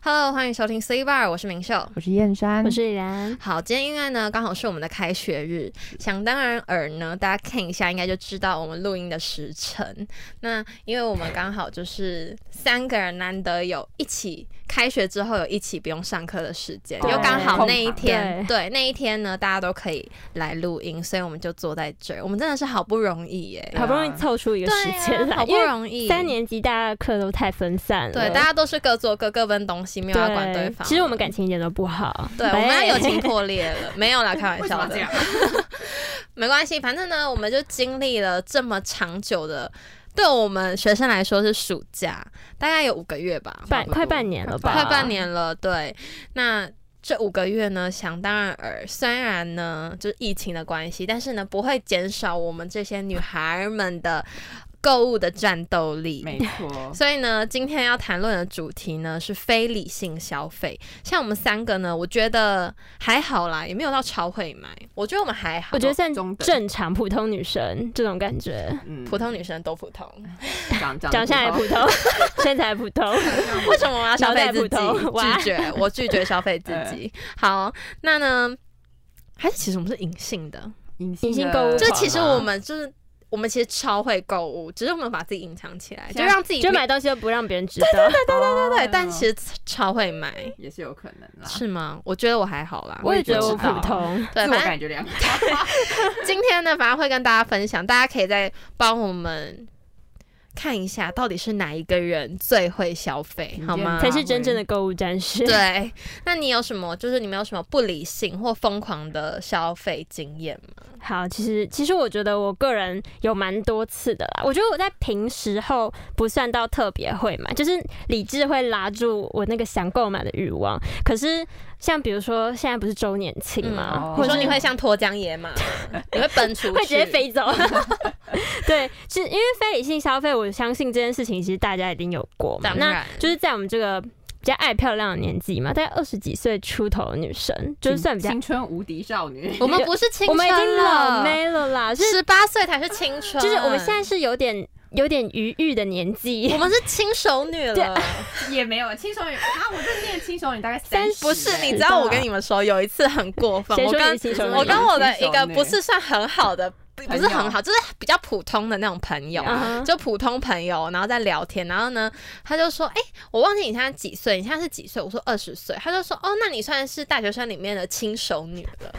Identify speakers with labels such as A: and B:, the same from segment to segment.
A: Hello，欢迎收听 C Bar，我是明秀。
B: 我是燕山，
C: 我是然，
A: 好，今天因为呢刚好是我们的开学日，想当然尔呢，大家看一下应该就知道我们录音的时辰。那因为我们刚好就是三个人难得有一起开学之后有一起不用上课的时间，
B: 对
A: 又刚好那一天，
C: 空
A: 对那一天呢大家都可以来录音，所以我们就坐在这儿，我们真的是好不容易耶，
C: 好不容易凑出一个时间
A: 啊对啊
C: 来，
A: 好不
C: 因为
A: 容易，
C: 三年级大家的课都太分散了，
A: 对，大家都是各做各各分东西，没有要管对
C: 对
A: 方。
C: 其实我们感情一点都不好，
A: 对，我们要友情破裂了，没有啦，开玩笑的， 没关系，反正呢，我们就经历了这么长久的，对我们学生来说是暑假，大概有五个月吧，
C: 半
B: 不多
C: 快半年了吧，
A: 快半。年了。对，那这五个月呢，想当然尔，虽然呢就是疫情的关系，但是呢不会减少我们这些女孩们的购物的战斗力。
B: 没 错，
A: 所以呢，今天要谈论的主题呢是非理性消费。像我们三个呢，我觉得还好啦，也没有到超会买。我觉得我们还好，
C: 我觉得算
B: 中等
C: 正常普通女生这种感觉，
B: 嗯
A: 普通女生都普通。
B: 长
C: 长相也普通，身材普通，
A: 为什么我要消费自己？
C: 脑袋 不通哇
A: 拒绝，我拒绝消费自 己。好，那呢，还是其实我们是隐性的，
B: 隐
C: 隐性购物
A: 就
C: 狂
A: 其实我们就是。我们其实超会购物，只是我们把自己隐藏起来，就
B: 像
A: 让自己
C: 就买东西都不让别人知道。
B: 对对
A: 对，但其实超会买，
B: 哦也是有可能啦，
A: 是吗？我觉得我还好啦，
C: 我也觉得我
B: 我也不知道
C: 普通，
A: 对，反
B: 自我
A: 正
B: 感觉良好，
A: 今天呢，反正会跟大家分享，大家可以再帮我们看一下，到底是哪一个人最会消费，
B: 评
A: 好吗
B: 鉴
C: 才
B: 他？
C: 是真正的购物战士。
A: 啊对，那你有什么？就是你们有什么不理性或疯狂的消费经验吗？
C: 好，其实其实我觉得我个人有蛮多次的啦。我觉得我在平时候不算到特别会买，就是理智会拉住我那个想购买的欲望。可是像比如说现在不是周年庆嘛，
B: 嗯哦
A: 我
C: 或者
A: 说
C: 是
A: 你会像脱缰野 马，你会奔出去，
C: 会直接。飞走。 对，是因为非理性消费，我相信这件事情其实大家一定有过嘛。
A: 当
C: 那
A: 然，
C: 就是在我们这个。比较爱漂亮的年纪嘛，大概二十几岁出头的女生，就是算比较
B: 青春无敌少女，
A: 我们不是青
C: 我
A: 春
C: 们已经老
A: 了，
C: 妹了啦，是
A: 十八岁才是青春，
C: 就是我们现
A: 嗯
C: 在是有点有点余裕的年纪
A: 我，们是轻熟女
C: 对
A: 了。
B: 也没有青少女啊，我就念青少女大概
C: 三
B: 十，
A: 不是，你知
C: 知
A: 道
C: 道
A: 我跟你们说有一次很过分，
C: 谁
A: 我
C: 说
A: 跟
C: 你新手
B: 我
C: 女
A: 我跟我的一
B: 新
A: 个
B: 手呢
A: 不是算很好的，不不
B: 朋
A: 是
B: 友
A: 很好，就是比较普通的那种朋友。
C: 嗯哼
A: 就普通朋友，然后在聊天，然后呢，他就说：“哎、我忘记你现在几岁，你现在是几岁？”我说：“二十岁。”他就说：“哦，那你算是大学生里面的轻熟女了。”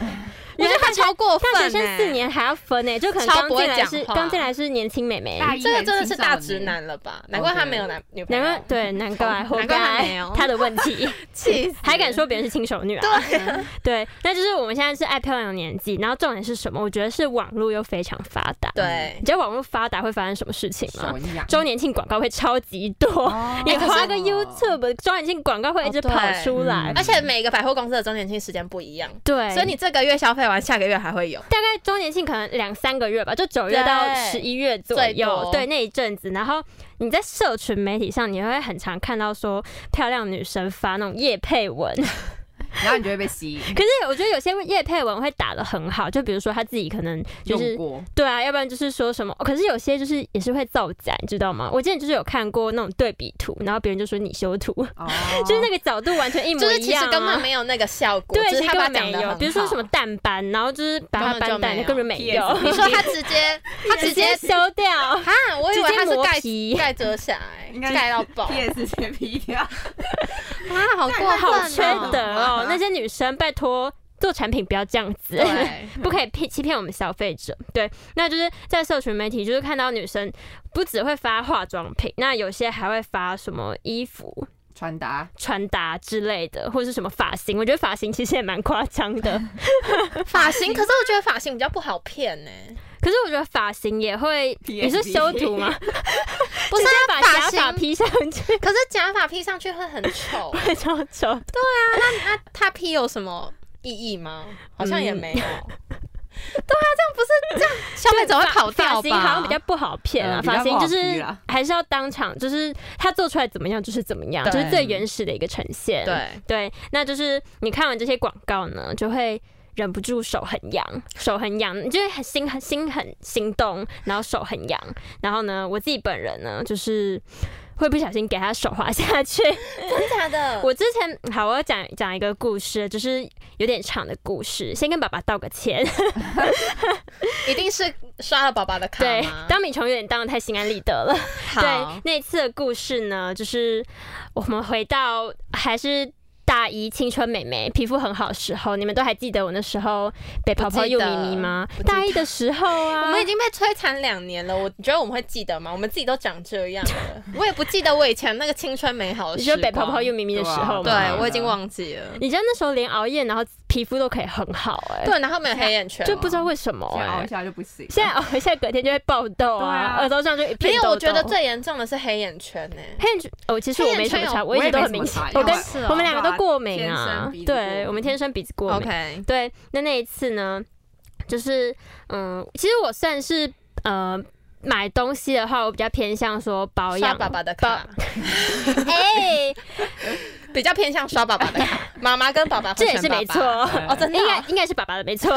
A: 我觉得他超过分、
C: 大
A: 欸，
C: 学生四年还要分呢、就可能
A: 超
C: 刚
A: 不会
C: 进来是
A: 讲话
C: 刚进来是年轻美眉，
B: 大一
A: 这个
B: 还
A: 真的是
B: 青少
A: 大
B: 年
A: 直，男了吧？难怪他没有男女朋
C: 难怪
A: 友，
C: 对，难怪活
A: 难怪他没
C: 该
A: 有
C: 他的问 题，
A: 气死
C: 还敢说别人是轻熟女啊？
A: 对啊
C: 对，那就是我们现在是爱漂亮的年纪，然后重点是什么？我觉得是网络又非常发达，
A: 对
C: 你，知道网络发达会发生什么事情吗
B: 手？痒，
C: 周年庆广告会超级多，
B: 哦
C: 你
A: 可是
C: 划个 YouTube 周年庆广告会一直
A: 哦对
C: 跑出来
B: 嗯，
A: 而且每个百货公司的周年庆时间不一样，
C: 对，
A: 所以你这个月消费完，下个月还会有。
C: 大概周年庆可能两三个月吧，就九月
A: 对
C: 到十一月左
A: 最
C: 右
A: 多，
C: 对那一阵子。然后你在社群媒体上，你会很常看到说漂亮女生发那种叶配 文，
B: 然后你就会被吸引，
C: 可是我觉得有些叶配文会打的很好，就比如说她自己可能就是
B: 用过
C: 对啊，要不然就是说什么，哦可是有些就是也是会造假，你知道吗？我之前就是有看过那种对比图，然后别人就说你修图，
B: 哦，
C: 就是那个角度完全一模
A: 就是
C: 一
A: 其
C: 样、
A: 实
C: 啊。
A: 根本没有那个效果，
C: 对，
A: 只
C: 其
A: 是
C: 实
A: 他
C: 根
A: 把它
C: 本
A: 讲
C: 没
A: 的
C: 有，比如说什么淡斑，然后就是把它
A: 根本就
C: 斑淡，
A: 没有
C: 根本没有。
B: PS
A: 你说他直接，他直接
C: 修掉。
A: 哈，我以为他
C: 直接磨
A: 是
C: 皮
A: 盖盖遮瑕，哎，
B: 应该
A: 盖到爆，
B: P S 先 P 掉，
A: 啊，好过
C: 好缺
A: 分哦，
C: 德哦！那些女生，拜托做产品不要这样子，
A: 对，
C: 不可以骗欺骗我们消费者。对，那就是在社群媒体，就是看到女生不只会发化妆品，那有些还会发什么衣服、
B: 穿搭
C: 穿搭之类的，或是什么发型。我觉得发型其实也蛮夸张 的，
A: 发型，可是我觉得发型比较不好骗 呢，
C: 可是我觉得发型也会，
B: PNG
C: 你是修 图吗？
A: 不是
C: 直接把
A: 发
C: 假发
A: 型
C: 披上去
A: 可是假发披上去会很丑，
C: 会超丑。
A: 那他披有什么意义吗？好像也没有。对啊， 这 样不是这样，消费者会跑掉
C: 发型好像比较
A: 吧？
C: 不好骗啊，
B: 嗯比较
C: 发型就
B: 不好
C: 是
B: 批啦
C: 还是要当场，就是它做出来怎么样就是怎么样，
A: 对
C: 就是最原始的一个呈现。
A: 对，
C: 对，那就是你看完这些广告呢，就会。忍不住手很痒，手很痒，你就会很心很心很心动，然后手很痒。然后呢，我自己本人呢，就是会不小心给他手滑下去。
B: 嗯
A: 真假的？
C: 我之前好，我要讲讲一个故事，就是有点长的故事，先跟爸爸道个歉。
A: 一定是刷了爸爸的卡
C: 对
A: 吗，
C: 当米虫有点当的太心安理得了。对
A: 好，
C: 那一次的故事呢，就是我们回到还是。大一青春美眉，皮肤很好的时候，你们都还记得我那时候北泡泡
A: 不记
C: 又
A: 得
C: 咪咪吗
A: 不记？得
C: 大一的时候啊，
A: 我们已经被摧残两年了，我你觉得我们会记得吗？我们自己都长这样了， 我也不记得我以前那个青春美好的
C: 你
A: 时
C: 说
A: 光。
C: 北泡泡又咪咪的时候吗？
A: 对
B: 啊对啊
A: 我已经忘记了。
C: 你知道那时候连熬夜，然后皮肤都可以很好、
B: 啊
C: 哎，
A: 对，然后没有黑眼圈，
C: 就不知道为什么、
B: 现在熬
C: 哎
B: 一，下就不行。
C: 现
A: 哦
C: 在熬 一下隔天就会爆痘啊，
B: 啊对啊
C: 耳朵上就一
A: 没
C: 片
A: 有。
C: 痘痘。
A: 我觉得最严重的是黑眼圈欸呢、
C: 黑眼圈，哦，其实我没什么差，我
B: 黑
C: 一直
B: 眼
C: 都
B: 圈
C: 很明显。
B: 我也没什么差因为
C: 我跟
A: 是哦
C: 我们两个都过敏
B: 天
C: 啊
B: 生鼻，子过敏
C: 对我们天生鼻子过敏。
A: OK，
C: 对，那那一次呢，就是嗯，其实我算是呃。买东西的话，我比较偏向说保
A: 刷
C: 养。
A: 爸爸的卡，
C: 哎、
A: 比较偏向刷爸爸的卡。 妈妈跟爸爸会
C: 这
A: 选
C: 也是
A: 爸爸
C: 没错。
A: 哦，真的
C: 应
A: 哦、
C: 该应该是爸爸的 没错。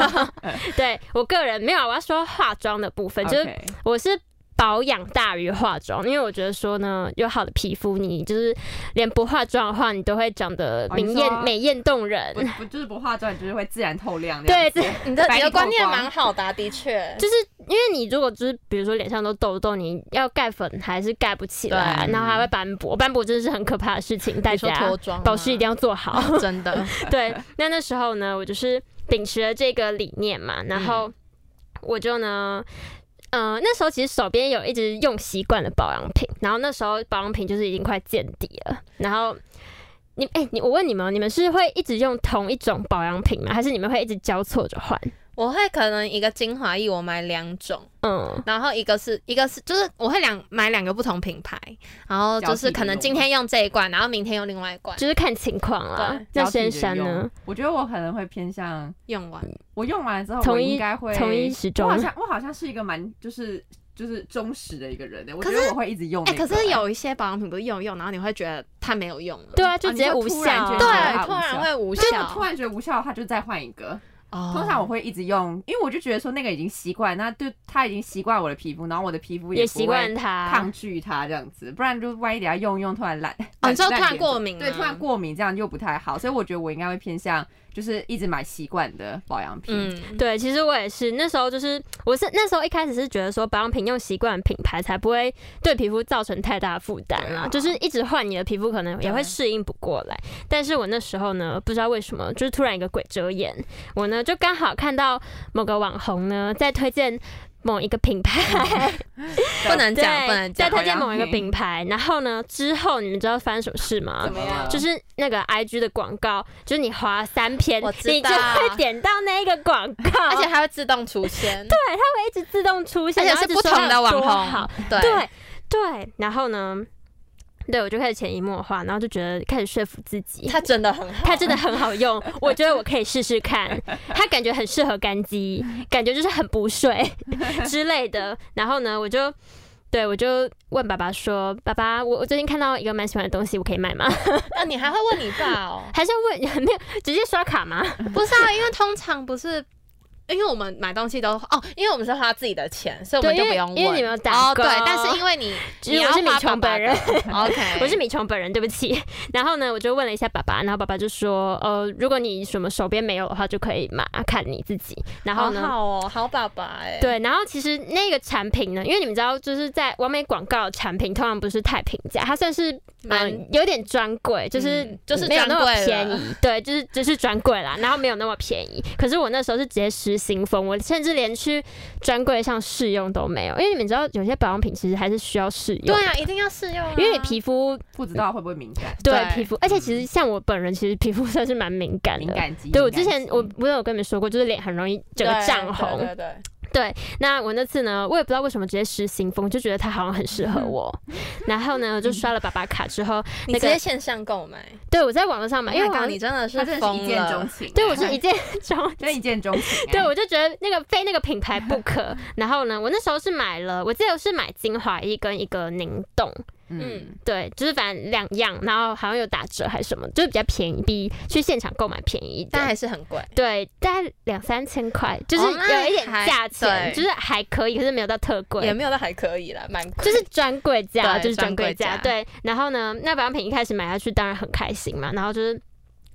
C: 对我个人没有，啊我要说化妆的部分，就是
B: 是
C: 我是。保养大于化妆，因为我觉得说呢，有好的皮肤，你就是连不化妆的话，你都会长得
B: 哦你
C: 明
B: 说
C: 艳、美艳动人
B: 不。不就是不化妆，你就是会自然透亮。
C: 对，这，
A: 你的
B: 白
A: 你的
B: 里透
A: 观念
B: 光
A: 蛮好的啊、的确。
C: 就是因为你如果就是比如说脸上都痘痘，你要盖粉还是盖不起来，
A: 对
C: 然后还会斑驳，斑驳真的是很可怕的事情，大
A: 你说
C: 家
A: 脱妆啊吗，哦
C: 保湿一定要 做好。
A: 真的。
C: 对，那那时候呢，我就是秉持了这个理念嘛，然后
A: 嗯
C: 我就呢。嗯、那时候其实手边有一直用习惯的保养品，然后那时候保养品就是已经快见底了。然后你哎、你我问你们哦，你们是会一直用同一种保养品吗？还是你们会一直交错着换？
A: 我会可能一个精华液我买两种，
C: 嗯，
A: 然后一个是一个是就是我会两买两个不同品牌，然后就是可能今天用这一罐，然后明天用另外一罐，
C: 就是看情况啦
A: 对。
C: 那先生呢？？
B: 我觉得我可能会偏向，
A: 用完
B: 我用完了之后，
C: 从
B: 我
C: 一
B: 应该会
C: 从一始终
B: 我好像我好像是一个蛮就是就是忠实的一个人欸我
A: 可
B: 觉得我会一直用那
A: 哎、
B: 个欸。
A: 可是有一些保养品不是用一用，然后你会觉得它没有用了，
C: 对啊，就
B: 哦
C: 直
B: 你
C: 接
B: 说
C: 无
B: 突
C: 效
B: 然
C: 啊。
B: 间
A: 对
B: 觉得它，无
A: 突然
B: 效
A: 会无
B: 就是我
A: 效
B: 突。然觉得无效的话，就再换一个。
A: 哦
B: 通常我会一直用，因为我就觉得说那个已经习惯，那对他已经习惯我的皮肤，然后我的皮肤
C: 也
B: 不会
C: 习惯它
B: 抗。拒它这样子，不然就万一等下用一用突然懒，
A: 哦，你知道突
B: 懒
A: 然
B: 懒
A: 过敏吗，
B: 对，突然过敏这样又不太好，所以我觉得我应该会偏向就是一直买习惯的保养品。
A: 嗯，
C: 对，其实我也是，那时候就是我是那时候一开始是觉得说保养品用习惯的品牌才不会对皮肤造成太大的负担
B: 对
C: 啦，
B: 啊
C: 就是一直换你的皮肤可能也会
A: 对
C: 适应不过来。但是我那时候呢，不知道为什么就是突然一个鬼遮眼，我呢就刚好看到某个网红呢在推荐某一个品
B: 嗯
C: 牌，
A: 不能
C: 对
A: 讲，不能，
C: 在
A: 讲。
C: 推荐某一个品牌，然后呢之后你们知道发生什么事吗？
B: 怎么样？
C: 啊就是那个 I G 的广告，就是你划三篇，
A: 我知道
C: 你就会点到那一个广告，
A: 而且
C: 它
A: 它会自动出现，
C: 会一直自动出现，
A: 而且
C: 然后
A: 是
C: 一直
A: 不
C: 说它
A: 同的网
C: 有多
A: 红
C: 好，，
A: 对
C: 对对，然后呢，对我就开始潜移默化，然后就觉得开始说服自己，
A: 它真的很好，
C: 它真的很好用， 我觉得我可以试试看。它感觉很适合干肌，感觉就是很 补水之类的。然后呢，我就对我就问爸爸说：“爸爸，我我最近看到一个蛮喜欢的东西，我可以买吗？”，
A: 啊，你还会问你爸哦
C: 还是要问 没有直接刷卡吗？
A: 不是啊，因为通常不是，因为我们买东西都哦，因为我们是花自己的钱，所以我们就
C: 对因
A: 不
C: 为
A: 用问。
C: 因为你们有打
A: 哦，对
C: 勾，
A: 但是因为你
C: 其实
A: 你要
C: 我是米
A: 花
C: 虫
A: 爸爸
C: 本人
A: 的，OK，
C: 我是米虫本人，对不起。然后呢，我就问了一下爸爸，然后爸爸就说：“呃，如果你什么手边没有的话，就可以买，看你自己。”然后呢，
A: 好好哦，好爸爸哎，，
C: 对，然后其实那个产品呢，因为你们知道，就是在完美广告的产品通常不是太平价，它算是
A: 蛮
C: 嗯有点专柜，就是、
A: 嗯就是
C: 没有那么
A: 专柜
C: 便
A: 了
C: 宜，对，就是就是专柜啦，然后没有那么便宜。可是我那时候是直接失心疯，我甚至连去专柜上试用都没有，因为你们知道有些保养品其实还是需要试用，
A: 对啊，一定要试用啊，
C: 因为你皮肤
B: 不知道会不会敏感，
C: 对
A: 对
C: 皮肤，而且其实像我本人其实皮肤算是蛮敏感
B: 敏
C: 的。
B: 感肌。
C: 对，我
B: 敏感
C: 之前
B: 肌
C: 我我有跟你们说过，就是脸很容易整个
A: 对
C: 涨红，
A: 对对对，
C: 那我那次呢，我也不知道为什么直接失心疯，就觉得它好像很适合我。然后呢，就刷了爸爸卡之后，
A: 你
C: 那
A: 直
C: 个
A: 接线上购买，
C: 对我在网络上买，因为
A: Oh my
C: 我
A: god，你真的是
B: 他真的是一
A: 疯
B: 见钟
A: 了，
B: 情欸，
C: 对我是 一见钟
B: 真的一见钟情欸。
C: 对，我就觉得那个非那个品牌不可。然后呢，我那时候是买了，我记得我是买精华液跟一个凝冻，
B: 嗯，
C: 对，就是反正两样，然后好像有打折还是什么，就是比较便宜，比去现场购买便宜一
A: 但
C: 点。
A: 还是很贵。
C: 对，大概两三千块，就是
A: 哦那
C: 有一点
A: 还
C: 价钱，
A: 对
C: 就是还可以，可是没有到特贵，
A: 也没有到还可以啦，蛮贵
C: 就是专柜价，
A: 对
C: 就是专柜价。
A: 专柜
C: 对，然后呢，那保养品一开始买下去，当然很开心嘛。然后就是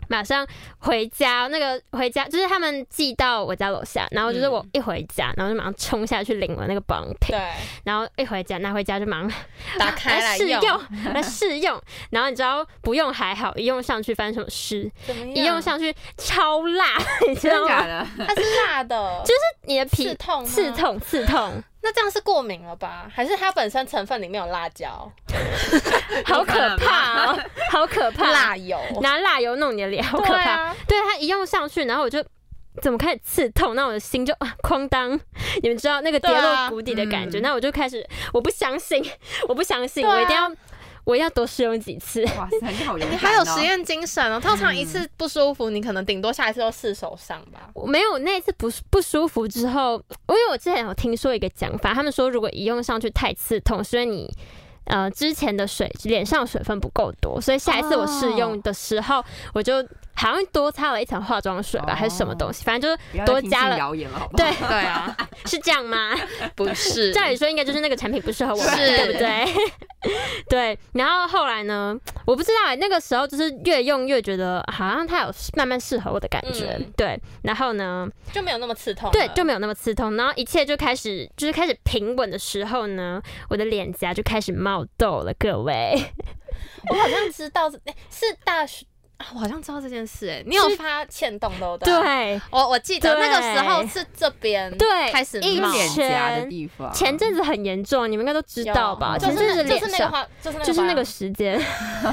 C: 马上回家，那个回家就是他们寄到我家楼下，然后就是我
A: 嗯
C: 一回家，然后就马上冲下去领我那个保养品，
A: 对，
C: 然后一回家拿回家就马上
A: 打开
C: 来
A: 来
C: 试
A: 用，
C: 用，来试用。然后你知道不用还好，一用上去发生什么事？
A: 怎么样
C: 一用上去超辣，你知
B: 真
C: 道
B: 的假
C: 吗？
B: 的？
A: 它是辣的，
C: 你的
A: 刺
C: 皮
A: 痛吗
C: 刺。痛刺 痛，
A: 那这样是过敏了吧？还是它本身成分里面有辣椒、
C: 好
B: 可
C: 可 怕 哦，好可怕！
A: 辣油？
C: 拿辣油弄你的脸，好可
A: 对
C: 怕。
A: 啊！
C: 对它一用上去，然后我就怎么开始刺痛，那我的心就啊哐当， 你们知道那个跌
A: 对
C: 落
A: 啊
C: 谷底的感觉，
B: 嗯
C: 那我就开始我不相信，我不相信，
A: 对啊
C: 我一定要我一定要多试用几次。
B: 哇塞，你好勇
A: 你
B: 敢、哦！
A: 还有实验精神哦。通常一
C: 嗯
A: 次不舒服，你可能顶多下一次都试手上吧。
C: 我没有那一次不不舒服之后，因为我之前有听说一个讲法，他们说如果一用上去太刺痛，所以你。呃，之前的水脸上水分不够多，所以下一次我试用的时候我就好像多擦了一层化妆水吧
B: 哦
C: 还是什么东西，反正就是
B: 不要再
C: 多
B: 听
C: 加
B: 信
C: 了
B: 谣言了，好不好？
C: 对，
A: 对啊，
C: 是这样吗？
A: 不 是
C: 照理说应该就是那个产品不适合我们，
A: 是
C: 对不对？ 对。然后后来呢，我不知道欸那个时候就是越用越觉得好像它有慢慢适合我的感觉，
A: 嗯
C: 对。然后呢，
A: 就没有那么刺痛了。
C: 对就没有那么刺痛，然后一切就开始就是开始平稳的时候呢，我的脸颊就开始冒痘了，各位。
A: 我好像知道，哎是大学啊，我好像知道这件事。哎，你有发欠动对不对？，啊
C: 对
A: 我我记得
C: 对
A: 那个时候是这边
C: 对，
A: 开始
C: 一
A: 冒
B: 脸颊的地方，
C: 前阵子很严重，你们应该都知道
A: 啊
C: 吧？
A: 就
C: 前
A: 是
C: 阵子
A: 那
C: 脸
A: 就是那个
C: 上。
A: 话，就是那个
C: 就是那
A: 吧
C: 个时间，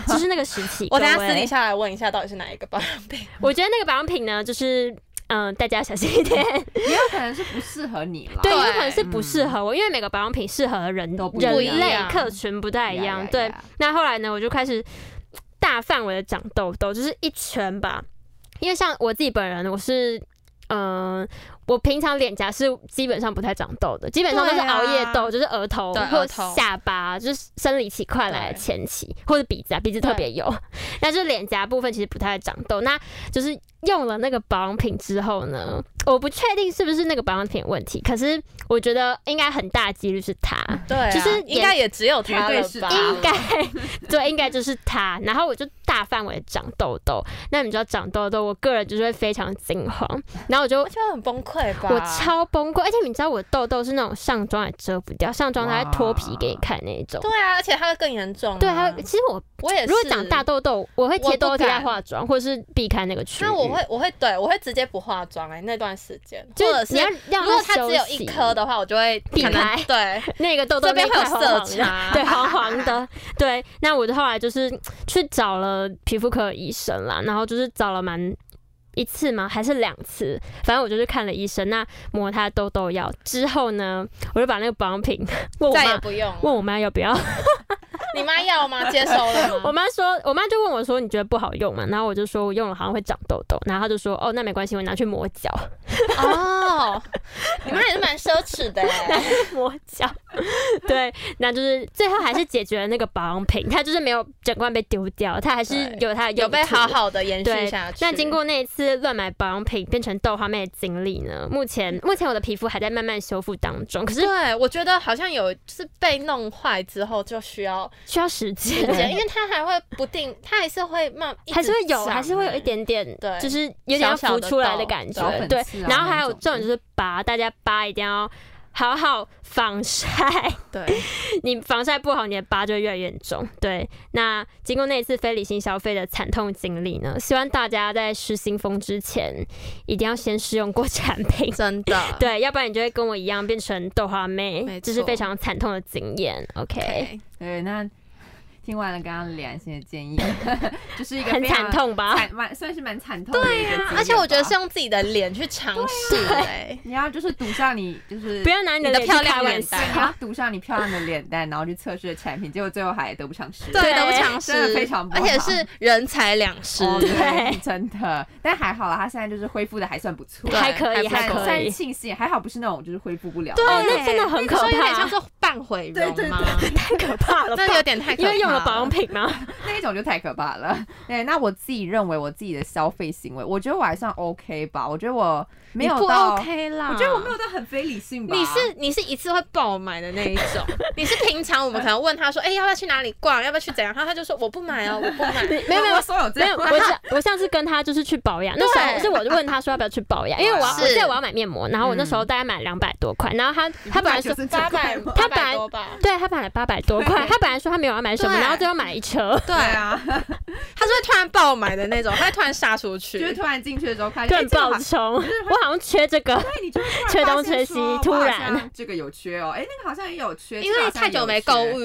C: 就是那个时期。
A: 我等下
C: 各位
A: 私底下来问一下，到底是哪一个保养品？
C: 我觉得那个保养品呢，就是嗯、呃大家小心一点。
B: 也有可能是不适合你啦。
C: 对，有
A: 对嗯
C: 可能是不适合我，因为每个保养品适合的人
B: 都不一
C: 人
A: 样
C: 类客群不太一
B: 呀
C: 样。
B: 呀
C: 对
B: 呀，
C: 那后来呢，我就开始大范围的长痘痘，就是一圈吧。因为像我自己本人，我是嗯、呃我平常脸颊是基本上不太长痘的，基本上都是
A: 对啊
C: 熬夜痘，就是额头
A: 对
C: 或
A: 额头
C: 下巴，就是生理期快来的
A: 对
C: 前期，或者鼻子啊，鼻子特别油。 但是脸颊部分其实不太长痘，那就是用了那个保养品之后呢，我不确定是不是那个保养品的问题，可是我觉得应该很大几率是它，
A: 对啊，
C: 就是
A: 应该也只有它了
B: 绝对
A: 吧？
B: 是
C: 应该 对，应该就是它。然后我就大范围长痘痘，那你知道长痘痘，我个人就是会非常惊慌，然后我就
A: 我。觉得很崩溃吧。
C: 我超崩溃，而且你知道我痘痘是那种上妆也遮不掉，上妆它会脱皮
B: 哇
C: 给你看那一种。
A: 对啊，而且它会更严重啊。
C: 对，还有其实我
A: 我也是。
C: 如果长大，痘痘，我会
A: 我
C: 贴
A: 不
C: 痘痘贴在
A: 敢
C: 化妆，或者是避开那个区域。
A: 那我会我会对我会直接不化妆哎，那段时间，
C: 就
A: 或者是
C: 是你要让
A: 如果它
C: 它休
A: 只有一
C: 息
A: 颗的话，我就会
C: 避
A: 可能
C: 开
A: 对，
C: 那个痘痘
A: 这边
C: 那一块
A: 会有色
C: 黄黄的，
A: 差
C: 对，黄黄的，对。那我就后来就是去找了皮肤科医生啦，然后就是找了蛮一次吗？还是两次？反正我就去看了医生。那抹他的痘痘药之后呢，我就把那个保养品 问我
A: 再也
C: 妈，
A: 不用了。
C: 问我妈要不要。
A: 嗯你妈要吗？接收了
C: 我
A: 吗？
C: 妈说，我妈就问我说，你觉得不好用吗？然后我就说我用了好像会长痘痘，然后她就说，哦，那没关系，我拿去抹脚，
A: 哦，你妈也是蛮奢侈的 哎。
C: 抹脚。 对，那就是最后还是解决了那个保养品，它就是没有整罐被丢掉，它还是
A: 对
C: 有它的
A: 有
C: 用
A: 被
C: 途
A: 好好的延续
C: 对
A: 下去。
C: 那经过那一次乱买保养品变成痘花妹的经历呢，目前目前我的皮肤还在慢慢修复当中，可是
A: 嗯对，我觉得好像有就是被弄坏之后就需要
C: 需要时
A: 时 间，因
C: 间，
A: 为它还会不定，它还是会慢，一直
C: 还是会有
A: 长
C: 还是会有一。点点，
A: 对
C: 就是有点要
A: 小小
C: 浮
A: 的
C: 出来的
A: 痘
C: 感觉，
B: 小粉
C: 对
B: 刺。啊
C: 然后还
B: 那
C: 有
B: 种
C: 这种就是疤，大家疤一定要。好好防晒，
A: 对，
C: 你防晒不好，你的疤就会越来越严重。对，那经过那一次非理性消费的惨痛经历呢，希望大家在失心疯之前，一定要先试用过产 品。
A: 真的。
C: 对，要不然你就会跟我一样变成豆花妹，
A: 没
C: 这是
A: 错
C: 非常惨痛的经验。OK，
A: OK，
B: 对，那听完了刚刚李安心的建 议，就是一个
C: 很
B: 非
C: 惨
B: 常
C: 痛啊吧？
B: 惨，蛮算是蛮惨痛的一个经验吧。
A: 啊而且我觉得是用自己的脸去尝试，哎，
B: 你要就是赌上你就是
C: 不要拿你的
A: 你的
C: 脸去
A: 漂亮
C: 开玩
A: 脸
C: 笑
A: 蛋。
B: 你要赌上你漂亮的脸蛋，然后去测试的产品，结果最后还得不偿失。
A: 对，
C: 对
A: 都不尝
B: 真
A: 试，
B: 的非常不
A: 而
B: 好
A: 且是人财两失，
B: 哦
C: 对
B: 对， 真的。但还好啦，他现在就是恢复的还算不错，
A: 对
C: 还可以，
A: 还
C: 还
A: 不
C: 可
B: 算
C: 以
B: 是。庆幸，还好不是那种就是恢复不了。
A: 对
C: 哦，那真的很可
A: 所以有点像。
C: 怕
A: 是半毁容吗？
B: 对对
C: 太可怕了吧，
A: 那有点太可怕
C: 因为用了保养品吗？
B: 那一种就太可怕了。对，那我自己认为我自己的消费行为，我觉得我还算 OK 吧。我觉得我没
A: 你
B: 有
A: 不
B: 到
A: OK 啦。
B: 我觉得我没有到很非理性吧。
A: 你是你是一次会爆买的那一种， 你是平常我们可能问他说，哎、要不要去哪里逛，要不要去怎样，他他就说我不买哦，我不 买。
C: 没有没有
B: 我。所有这
C: 没有，
B: 样，
C: 我上我上次跟他就是去保养，那时候
A: 对
C: 是我就问他说要不要去保养，因为我要
A: 是嗯
C: 我记得我要买面膜，然后我那时候大概买两百多块，然后他他本来说
A: 八百，
B: 吗？
C: 他
A: 八百多吧。
C: 对他买了八百多块，他本来说他没有要买什么，
A: 对
C: 然后最后买一车，
A: 对，
B: 对啊，
A: 他是会突然爆买的那种，他会突然杀出去。
B: 就是突然进去的时候看，
C: 就
B: 见，
C: 很
B: 哎这个
C: 爆
B: 好
C: 冲。 我好像缺这个，
B: 对，你就会突然
C: 缺东
B: 发现
C: 缺西
B: 说
C: 突
B: 哇好
C: 然
B: 像这个有缺哦，哎、那个好像也有缺，
A: 因
B: 这个
A: 为
B: 好像
A: 太久
B: 有
A: 没
B: 缺
A: 购物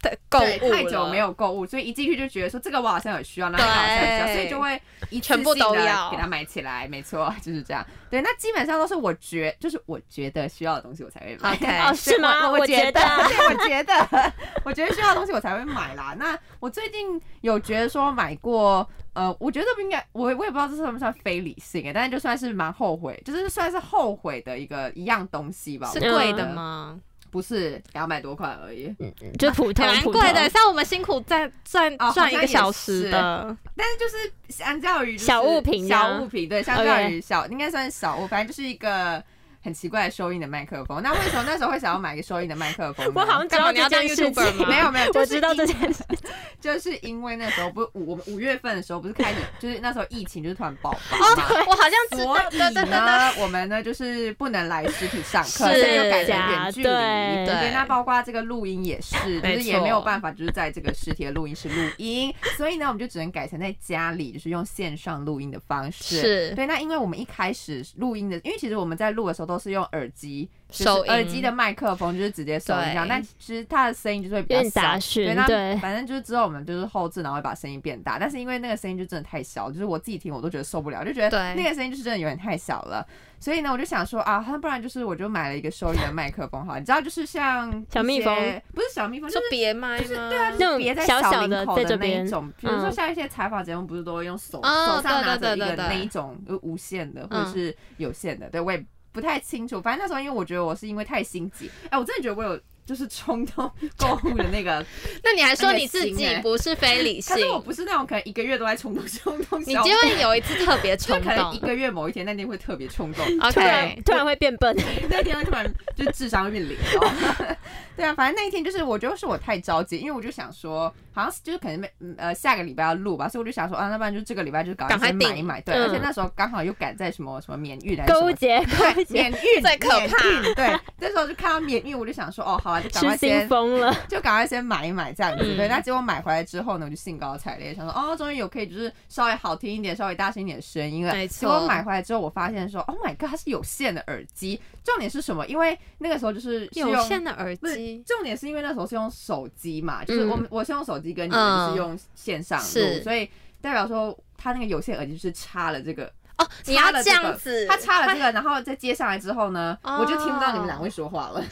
A: 的购
B: 对
A: 物
B: 太久
A: 了
B: 没有购物，所以一进去就觉得说这个我好像有需要，那个好像有需要，
A: 对
B: 所以就会一次
A: 全部都
B: 性地
A: 要
B: 给它买起来，没错，就是这样。对，那基本上都是我觉，就是我觉得需要的东西我才会买。
A: OK
C: 哦，
B: 所以
C: 是吗？
B: 我
C: 我
B: 觉得
C: 觉得，
B: 对，我觉得， 我觉得需要的东西我才会买啦。那我最近有觉得说买过，呃，我觉得不应该，我我也不知道这算不算非理性欸但是就算是蛮后悔，就是算是后悔的一个一样东西吧。
A: 是
B: 我觉
A: 贵的
B: 得？
A: 吗？
B: 不是，两百多块而已。
C: 就普通，
A: 蛮
C: 普
A: 贵的，
C: 通
A: 像我们辛苦赚赚
B: 哦好
A: 赚一
B: 像
A: 个
B: 也
A: 小时的，
B: 但是就是相较于就是
C: 小物品这样
B: 小物品对，相较于小应该算是小物，反正就是一个很奇怪的收音的麦克风。那为什么那时候会想要买一个收音的麦克风呢？
C: 我好像知
A: 干嘛
C: 道
A: 你要
C: 这
A: 当
C: 件事
A: YouTuber
C: 情，
A: 吗？
B: 没有没有，就
C: 我
B: 是
C: 知道这
B: 因
C: 件事，
B: 就是因为那时候不是五我们五月份的时候不是开始，就是那时候疫情就是突然爆发嘛。
A: 哦，我好像知
B: 所
A: 道，对
B: 以
A: 对对对，
B: 呢，我们呢就是不能来实体上课，所
C: 是
B: 以又改成远距离。
C: 对
A: 对
B: 那包括这个录音也是，就
A: 没
B: 是
A: 错
B: 也没有办法，就是在这个实体的录音室录音，所以呢，我们就只能改成在家里，就是用线上录音的方式。
A: 是
B: 对，那因为我们一开始录音的，因为其实我们在录的时候都是用耳机，就是
A: 收音
B: 耳机的麦克风就是直接收音这样，
A: 对
B: 但其实它的声音就是会比
C: 有
B: 较
C: 点
B: 小
C: 杂讯
B: 对，那
C: 对
B: 反正就是之后我们就是后置，然后会把声音变大，但是因为那个声音就真的太小，就是我自己听我都觉得受不了，就觉得
A: 对
B: 那个声音就是真的有点太小了。所以呢，我就想说啊，那不然就是我就买了一个收音的麦克风哈，你知道就是像一些
C: 小蜜蜂，
B: 不是小蜜蜂，就
A: 就是别卖吗？
B: 对啊，就
C: 那
B: 是
C: 种
B: 别在
C: 小小
B: 领
C: 的
B: 口
C: 在
B: 的
C: 这
B: 那一
C: 边
B: 种，比如说
C: 嗯
B: 像一些采访节目，不是都会用手、
A: 哦
B: 手上拿
A: 对对
B: 着一
A: 对
B: 个
A: 对
B: 那
A: 对
B: 一种呃无线的或
A: 嗯
B: 者是有线的，对我也不太清楚。反正那时候因为我觉得我是因为太心急，哎、我真的觉得我有就是冲动 购物的那个，
A: 那你还说
B: 那个
A: 你自
B: 心
A: 己
B: 欸
A: 不是非理性
B: 可？是我不是那种可能一个月都在冲动冲动
A: 你
B: 消费
A: 就会有一次特别
B: 就
A: 冲
B: 可能一
A: 动。啊
B: 个月某一天那天会特别 冲动，
C: 突然
A: OK，
C: 突然会变笨，
B: 那天会突然就智商会变零哦。 对啊，反正那一天就是，我觉得是我太着急，因为我就想说，好像是就是可能没嗯呃下个礼拜要录吧，所以我就想说啊，那不然就这个礼拜就赶
A: 赶快
B: 快先
A: 订
B: 买一买。对，
C: 嗯
B: 而且那时候刚好又赶在什么什么免运还是什
C: 购物
B: 么。
C: 节，购物节。
B: 免运
A: 最可怕
B: 免运对，那时候就看到免运，我就想说，哦，好啊，就赶
C: 失
B: 快
C: 心
B: 先，
C: 疯了，
B: 就赶快先买一买这样子。
A: 嗯
B: 对，那结果买回来之后呢，我就兴高采烈，想说，哦，终于有可以就是稍微好听一点、稍微大声一点的声音了。
A: 没
B: 结果
A: 错，
B: 买回来之后，我发现说，Oh my god，它是有线的耳机。重点是什么？因为那个时候就是是
A: 有
B: 用
A: 线的耳
B: 不是
A: 机，
B: 重点是因为那时候是用手机嘛，就是我们、我是用手机跟你
A: 嗯
B: 们就是用线上录，
A: 是
B: 所以代表说它那个有线耳机就是插了这个，
A: 哦，你
B: 插
A: 要
B: 了
A: 这
B: 这
A: 样
B: 个
A: 子，
B: 它插了这 个，然后再接上来之后呢，
A: 哦
B: 我就听不到你们两位说 话了。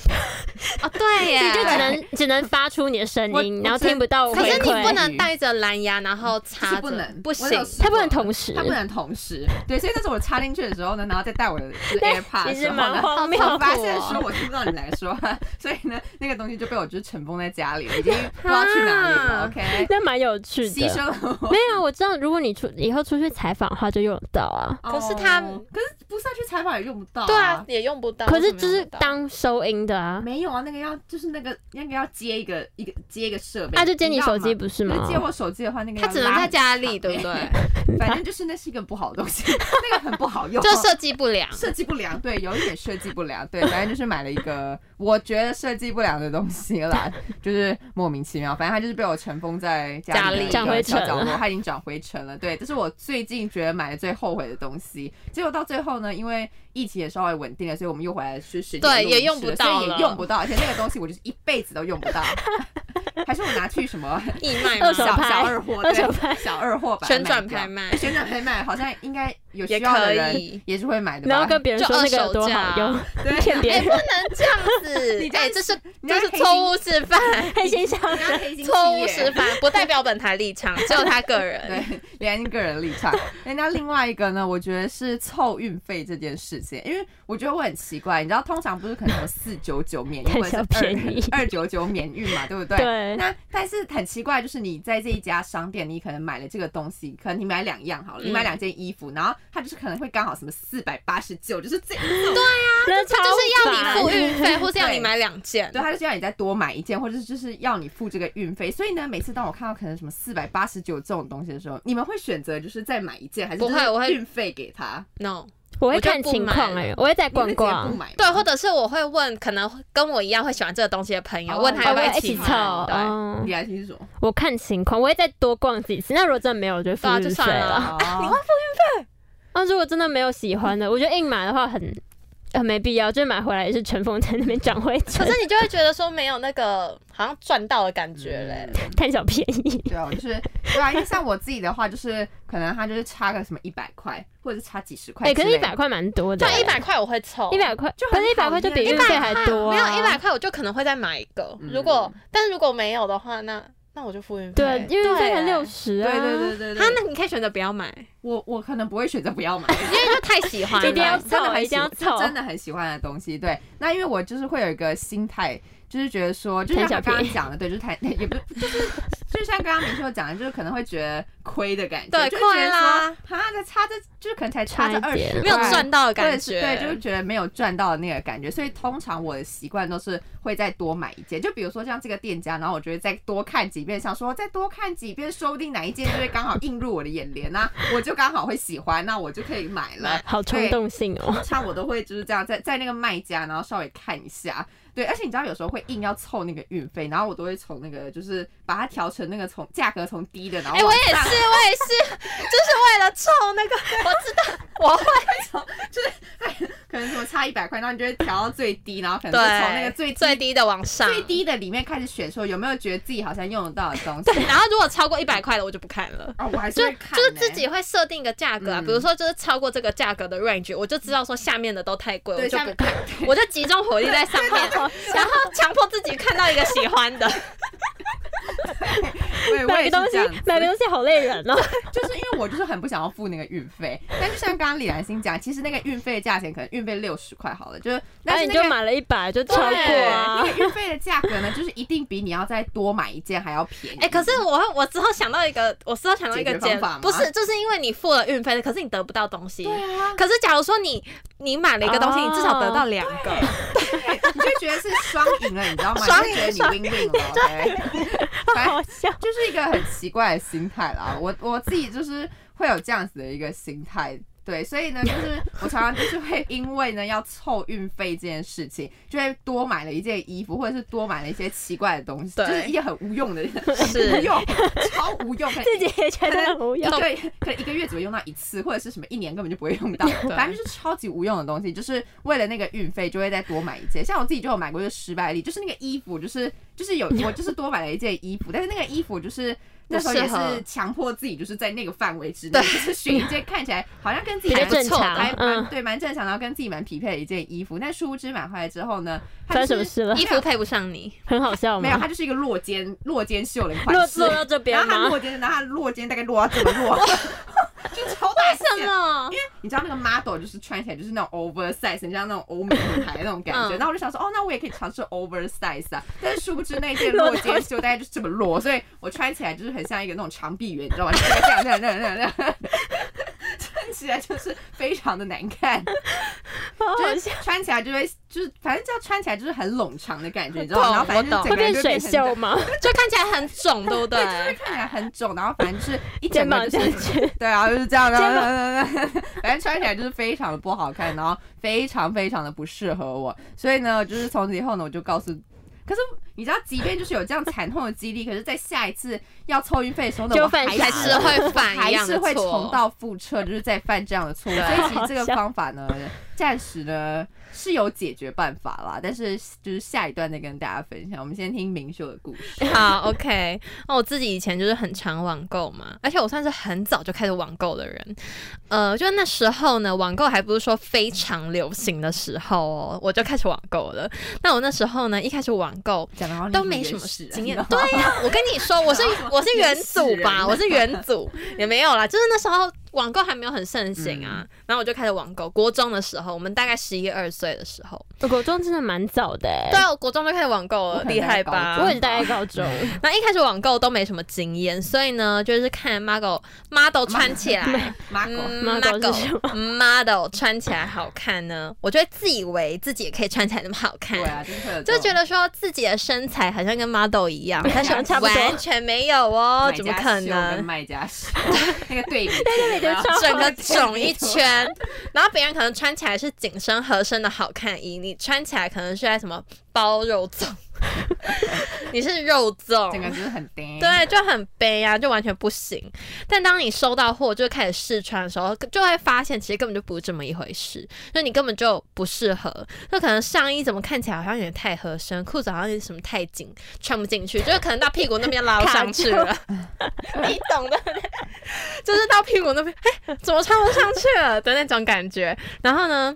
A: 哦，对耶，
C: 你就只能只能发出你的声
B: 我
C: 音，
B: 我
C: 然后
B: 真
C: 听不到回
A: 可是你
C: 馈
A: 不能带着蓝牙，然后
B: 就
A: 插
B: 是
A: 着，
B: 不能，
A: 不行
B: 我有试过
C: 它不能同时
B: 它不能同 时。对，所以那时候我插进去的时候呢，然后再带我的就是 AirPods，的
C: 其实
B: 时候
C: 蛮
B: 呢
C: 荒谬
A: 好啊痛
B: 我
C: 的。
B: 发现说 我听不到你们来说话，所以呢，那个东西就被我就是尘封在家里了，已经不知道去哪里 了。OK，
C: 那蛮有趣
B: 牺
C: 的。
B: 牲了
A: 嗯
B: 我。
C: 没有，我知道，如果你出以后出去采访的话，就用得到啊。
A: 可是他
B: 哦可是不上去采访也用不到、
A: 对啊，，也用不到。
C: 可是
A: 为
C: 就
A: 什么用
C: 是
A: 不到
C: 当收音的啊，
B: 没有啊，那个要就是那个那个要接一个一个接一个设备，
C: 啊就接你手
B: 知
C: 机
B: 道吗
C: 不是
B: 可
C: 吗
B: 是？接我手机的话，那个
A: 他
B: 要
A: 只能
B: 拉
A: 在
B: 很
A: 家
B: 长
A: 里，对不对？
B: 反 正就是那是一个不好的东西， 那个很不好用，
A: 就设计不良，
B: 设计不良，对，有一点设计不良，对， 反正就是买了一个我觉得设计不良的东西啦，就是莫名其妙，反正它就是被我尘封在家里的一个
A: 家里
C: 长灰尘
B: 小角落，
C: 了
B: 它已经转灰尘了，对，这是我最近觉得买的最后悔的东西。结果到最后呢，因为疫情也稍微稳定了，所以我们又回来去实体
A: 对
B: 录
A: 也
B: 音
A: 用
B: 室
A: 不
B: 了
A: 到
B: 所以也
A: 了
B: 用不到，而且那个东西我就是一辈子都用不到，还是我拿去 什么
A: 义卖吗
C: 二手
B: 小
C: 拍
B: 小二货，
C: 二手
B: 对
C: 拍
B: 小二货把它
A: 旋
B: 卖
A: 转
B: 掉
A: 拍卖。
B: 旋转拍卖好像应该有
A: 也
B: 需要的
A: 可
B: 人
A: 以
B: 也是会买的吧。
C: 然后跟别人说那个有多 好用，
B: 对，，
C: 骗别
A: 哎、不
C: 人，
A: 能这样子
B: 你这
A: 哎、
B: 样
A: 这是
B: 你
A: 这
B: 要
A: 是
B: 黑心
A: 错误示范，
C: 黑心商
B: 人家
C: 人。
B: 黑心
A: 错
B: 企
A: 误
B: 业
A: 示范，不代表本台立场，只有他个人。
B: 对，连个人立场。人家另外一个呢，我觉得是凑运费这件事情，因为我觉得我很奇怪，你知道，通常不是可能有四九九免运或
C: 贪
B: 者是
C: 小
B: 二
C: 便宜
B: 二九九免运嘛，对不对？
C: 对，
B: 那但是很奇怪，就是你在这一家商店，你可能买了这个东西，可能你买两样好了，你买
A: 嗯
B: 两件衣服，然后它就是可能会刚好什么四百八十九，就是 这对
A: 他
C: 那
A: 就是要你付
C: 超烦
A: 运费，或是要
B: 对
A: 你买两件
B: 对，。他就是要你再多买一件，或者是就是要你付这个运费。所以呢，每次当我看到可能什么四百八十九这种东西的时候，你们会选择就是再买一件，还是
A: 不会
B: 就是
A: 我会
B: 运费给他？
A: No，
C: 我会
A: 我就
C: 看
A: 不
C: 情
A: 买
C: 况
A: 了
C: 哎，我会再
B: 你会
C: 逛
B: 直接
C: 逛
B: 不。买吗
A: 对，或者是我会问，可能跟我一样会喜欢这个东西的朋友，
B: 哦
A: 问
C: 哦
A: 他要不
C: 我
A: 要
C: 会一
A: 起
C: 起
A: 买
C: 凑，
A: 对，
C: 哦
B: 你来听是什么？
C: 我看情况，我会再多逛几次。那如果真的没有，我就付
A: 对啊
C: 日
A: 就
C: 费
A: 算了
C: 了。
B: 你
C: 那如果真的没有喜欢的，我觉得硬买的话很很没必要，就买回来也是尘封在那边长 灰尘
A: 可，是你就会觉得说没有那个好像赚到的感觉
B: 嗯
A: 嘞。
C: 贪小便宜。
B: 对啊，我就是对啊，因为像我自己的话，就是可能他就是差个什么一百块，或者是差几十块
C: 哎，
B: 之
C: 可
B: 类的。
C: 是一百块蛮多
B: 啊
C: 的，欸
A: 对，一百块我会凑，
C: 一百块，
B: 就
C: 可
B: 很
C: 是一百块就比运费还多、啊，
A: 没有一百。块我就可能会再买一个。
B: 嗯
A: 如果但是如果没有的话，那那我就付运费。
C: 对，因为运费才六
A: 十。
C: 十
B: 哎对
C: 啊，
B: 对对对对，
A: 啊，那你可以选择不要买，
B: 我我可能不会选择不要买。
A: 因为就太喜欢
C: 一定要
A: 了。
B: 真的
C: 凑
B: 很
C: 一定
B: 喜
C: 要
B: 欢就
C: 凑
B: 真的很喜欢的东西。对，那因为我就是会有一个心态，就是觉得 说，就像
C: 贪
B: 他
C: 小
B: 刚
C: 便
B: 刚
C: 宜
B: 讲的，对，就是太 也不是，就是就像刚刚明秀讲的，就是可能会觉得亏的感觉，
A: 对
B: 就会觉
A: 亏
B: 得
A: 啦
B: 说，啊，才差这，就是可能才差这
C: 差一
B: 二
C: 点
B: 十，
A: 没有赚到的感
B: 对
A: 觉，
B: 对，就是觉得没有赚到的那个感觉，所以通常我的习惯都是会再多买一件，就比如说像这个店家，然后我就会再多看几遍，想说再多看几遍，说不定哪一件就会刚好映入我的眼帘啊，我就刚好会喜欢，那我就可以买了。
C: 好冲动性哦、
B: 通常我都会就是这样，在在那个卖家，然后稍微看一下。对，而且你知道有时候会硬要凑那个运费，然后我都会从那个就是把它调成那个从价格从低的，然后
A: 哎、我
B: 往
A: 也
B: 上
A: 是，我也是，就是为了凑那个， 我知道，我会
B: 可能什么差一百块，然后你就会调到最低，然后可能
A: 对
B: 就从那个最低
A: 最低的往上，
B: 最。低的里面开始选，说有没有觉得自己好像用得到的东西。
A: 然后如果超过一百块的，我就不看了。
B: 哦，我还是
A: 就
B: 会看、
A: 就
B: 欸，
A: 是自己会设定一个价格啊，
B: 嗯
A: 比如说就是超过这个价格的 range，我就知道说下面的都太贵，我
B: 对
A: 就
B: 下
A: 不
B: 面
A: 看，我就集中火力在上面，然后强迫自己看到一个喜欢的。
B: 对，我也
C: 买
B: 是
C: 个东
B: 这
C: 西
B: 样子，
C: 买个东西好累人哦、
B: 就是因为我就是很不想要付那个运费。但是像刚刚李兰心讲，其实那个运费的价钱可能运费六十块好了，就是
C: 那
B: 但是
C: 哎你
B: 那
C: 就
B: 个
C: 买了一百，就
B: 对
C: 超过
B: 那。
C: 啊
B: 个运费的价格呢，就是一定比你要再多买一件还要便宜。
A: 哎、可是我会，我之后想到一个，我之后想到一个
B: 解决方法吗
A: 不是，就是因为你付了运费，可是你得不到东西。
B: 对啊，
A: 可是假如说你你买了一个东西，
C: 哦
A: 你至少得到两个，
B: 你就觉得是双赢了，你知道吗？
A: 双赢
B: 你就觉得你 win win 了。对，反正
C: 好笑，
B: 就是一个很奇怪的心态啦。我我自己就是会有这样子的一个心态。对，所以呢，就是我常常就是会因为呢要凑运费这件事情，就会多买了一件衣服，或者是多买了一些奇怪的东西，就
A: 对
B: 是一些很无用的，
A: 是
B: 无用，超无用，可能
C: 自己也觉得很无
B: 一
C: 用。
B: 个可能一个月只会用到一次，或者是什么一年根本就不会用到，反正就是超级无用的东西，就是为了那个运费就会再多买一件。像我自己就有买过一个失败例，就是那个衣服，就是就是 有我就是多买了一件衣服，但是那个衣服就是。那时候也
A: 不适合
B: 是强迫自己，就是在那个范围之内，就是选一件看起来好像跟自己
C: 比较
B: 蛮不错
C: 正常
B: 还蛮
C: 嗯
B: 对蛮正常，然后跟自己蛮匹配的一件衣服。但殊不知买回来之后呢，它
C: 发生
B: 就是
C: 什么事了？
A: 衣服配不上你。
C: 很好笑
B: 没有，
C: 吗？
B: 它就是一个落肩落肩袖的款
C: 落
B: 式，
C: 落到这
B: 然
C: 边
B: 后它
C: 吗？
B: 落肩，然后它落肩大概落到这么落，就超大
A: 为什
B: 件
A: 么？
B: 你知道那个 model 就是穿起来就是那种 oversize，你像那种欧美品牌那种感觉。
A: 嗯
B: 然后我就想说，哦，那我也可以尝试 oversize 啊。但是殊不知那件落肩袖大概就是这么落，所以我穿起来就是很像一个那种长臂猿，你知道吗？就是这样这样这样这样这样，穿起来就是非常的难看，
C: 好好
B: 就是。
C: 笑
B: 穿起来就会就是反正这样穿起来就是很冗长的感觉，你知道
A: 懂
B: 吗？然后反正
A: 我懂
B: 就整
C: 会
B: 个人
C: 变
B: 就
C: 水
B: 变成这样
C: 袖吗？
A: 就看起来很肿，对不对？
B: 就是看起来很肿，然后反正就是一
C: 肩
B: 整
C: 膀
B: 个就
C: 下
B: 是
C: 去，
B: 对啊，就是这样，然
C: 肩膀
B: 后 反正穿起来就是非常的不好看，然后非常非常的不适合我，所以呢，就是从此以后呢，我就告诉，可是你知道，即便就是有这样惨痛的激励，可是，在下一次要凑运费的时候呢，
C: 纠
B: 我
C: 纷
A: 还
B: 还
A: 是
B: 是
A: 会犯一
B: 还
A: 样
B: 是
A: 的
B: 会重
A: 错。
B: 蹈覆辙，就是再犯这样 的错误。
A: 对
B: 所以其实这
C: 好
B: 个
C: 笑
B: 方法呢，暂时呢是有解决办法啦，但是就是下一段再跟大家分享。我们先听明秀的故事。
A: 好，OK。那我自己以前就是很常网购嘛，而且我算是很早就开始网购的人。呃，就那时候呢，网购还不是说非常流行的时候哦，我就开始网购了。那我那时候呢，一开始网购
B: 讲的
A: 都没什么经 验。对呀、我跟你说，我是我是元祖
B: 啊原始
A: 吧，
B: 人啊
A: 我是元祖，也没有啦，就是那时候网购还没有很盛行啊，
B: 嗯
A: 然后我就开始网购。国中的时候，我们大概十一二岁的时候，
C: 国中真的蛮早的、欸，
A: 对啊，我国中就开始网购
B: 哎我
A: 了，
B: 可能
A: 厉害
B: 在
A: 吧？
B: 高中
C: 我也大概高中，
A: 那一开始网购都没什么经验，所以呢，就是看 model model 穿起 来，
B: 马狗，
A: 嗯
C: model 是什
A: model 穿起来好看呢，我就会自以为自己也可以穿起来那么好看
B: 对。啊，就是会有
A: 就
B: 这种
A: 觉得说自己的身材好像跟 model 一样，但是
C: 差不多
A: 啊完全没有哦，
B: 买
A: 怎么
B: 家
A: 可
B: 秀跟
A: 能？
B: 卖 家秀那个对比，对对
C: 对超
A: 整个肿一 圈，然后别人可能穿起来是紧身合身的好看衣，你穿起来可能是在什么包肉粽， 你是肉粽，
B: 整个就是很呆。
A: 对，就很悲啊，就完全不行。但当你收到货，就开始试穿的时候，就会发现其实根本就不是这么一回事，就你根本就不适合。就可能上衣怎么看起来好像有点太合身，裤子好像有点什么太紧，穿不进去，就是可能到屁股那边拉不上去了， 你懂的，就是到屁股那边，哎、怎么穿不上去了的那种感觉。然后呢？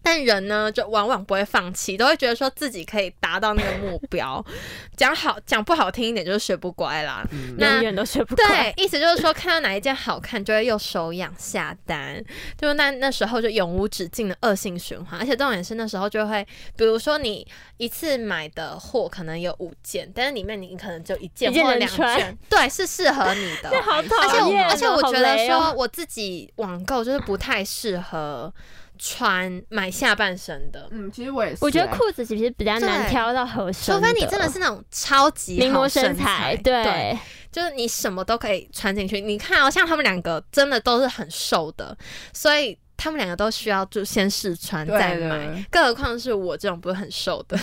A: 但人呢，就往往不会放弃，都会觉得说自己可以达到那个目标。 讲好讲不好听一点，就是学不乖啦。
B: 嗯
A: 那
C: 永远都学不乖。
A: 对，意思就是说，看到哪一件好看，就会又手痒下单，就是那那时候就永无止境的恶性循环。而且重点是那时候就会，比如说你一次买的货可能有五件，但是里面你可能就一件
C: 一件
A: 或
C: 能
A: 两
C: 穿
A: 件，对，是适合你 的。
C: 这好
A: 而且
C: 讨
A: 我
C: 厌哦，
A: 而且我
C: 好
A: 觉得
C: 雷哦
A: 说，我自己网购就是不太适合穿买下半身的，
B: 嗯，其实我也是，
C: 我觉得裤子其实比较难
A: 对
C: 挑到合身，
A: 啊除非你真的是那种超级
C: 名模
A: 好
C: 身
A: 材，对。
C: 对，
A: 就是你什么都可以穿进去。你看哦，像他们两个真的都是很瘦的，所以他们两个都需要就先试穿
B: 对
A: 再
B: 对
A: 买
B: 对。
A: 更何况是我这种不是很瘦的，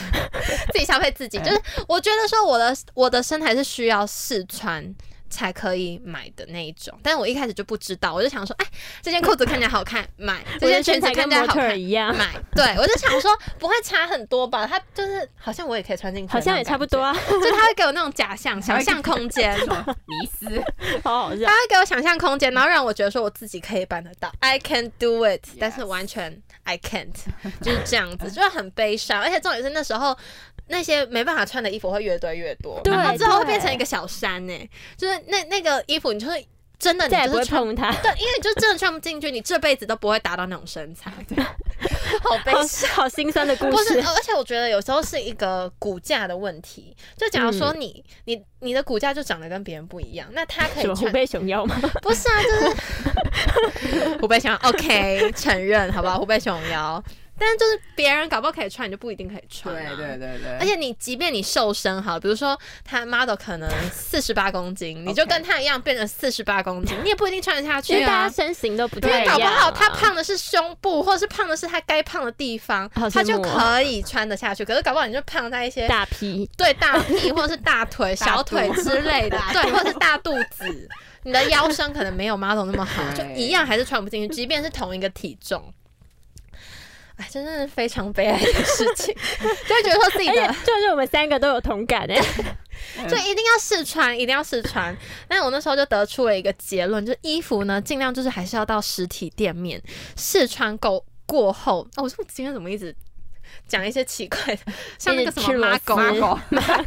A: 自己消费自己。就是我觉得说我的我的身材是需要试穿。才可以买的那一种，但我一开始就不知道，我就想说，哎，这件裤子看起来好看，买；这
C: 我
A: 件
C: 的
A: 裙
C: 身
A: 子
C: 材
A: 看
C: 跟
A: 起来
C: 模
A: 好
C: 特儿
A: 看，
C: 一样，
A: 买。对，我就想说不会差很多吧，它就是好像我也可以穿进去，
C: 好像也差不多，啊，
A: 就它会给我那种假象、想象空间
B: 这。种迷 思，
C: 啊好好笑
A: 他。会给我想象空间，然后让我觉得说我自己可以办得到，I can do it，
B: Yes
A: 但是完全 I can't，就是这样子， 就是很悲伤。而且重点是那时候那些没办法穿的衣服会越堆越多，
C: 对
A: 然后之后会
C: 对
A: 变成一个小山呢、就是那那个衣服你就是真的你
C: 再也不
A: 就
C: 会
A: 是穿。
C: 碰它，
A: 对，因为你就真的穿不进去，你这辈子都不会达到那种身 材，好悲
C: 好
A: 伤。
C: 好心酸的故
A: 不是，
C: 事。
A: 呃而且我觉得有时候是一个骨架的问题。就假如说
C: 嗯
A: 你、你你的骨架就长得跟别人不一样，那他可以
C: 什 么
A: 穿
C: 虎背熊腰吗？
A: 不是啊，就是 虎背熊腰，OK，承认好不好？虎背熊腰，但是就是别人搞不好可以穿，你就不一定可以穿、
B: 对
A: 啊。
B: 对对对，
A: 而且你即便你瘦身好了，比如说他 model 可能四十八公斤，你就
B: OK
A: 跟他一样变成四十八公斤，你也不一定穿得下
C: 因
A: 去
C: 为大
A: 啊
C: 家。身形都不
A: 因
C: 太
A: 为
C: 一
A: 搞
C: 样
A: 不
C: 啊。
A: 好他胖的是胸部，或者是胖的是他该胖的地方，
C: 好
A: 他
C: 羡
A: 就
C: 慕哦
A: 可以穿得下去。可是搞不好你就胖在一些
C: 大 批，
A: 对大屁或者是大腿、
B: 大
A: 小腿
B: 肚
A: 之类的，对， 或者是大肚子， 你的腰身可能没有 model 那么好，就
B: 对
A: 一样还是穿不进去，即便是同一个体重。哎，真的是非常悲哀的事情， 就会觉得说自己
C: 而且
A: 的
C: 就是我们三个都有同感哎，
B: 嗯
A: 就一定要试穿，一定要试穿。但我那时候就得出了一个结论，就是衣服呢，尽量就是还是要到实体店面试穿够过后。哦，我说我今天怎么一直讲一些奇怪的，像那个什
C: 一直吃
A: 么
C: 螺
A: 妈
C: 丝
A: 狗
B: 马狗，马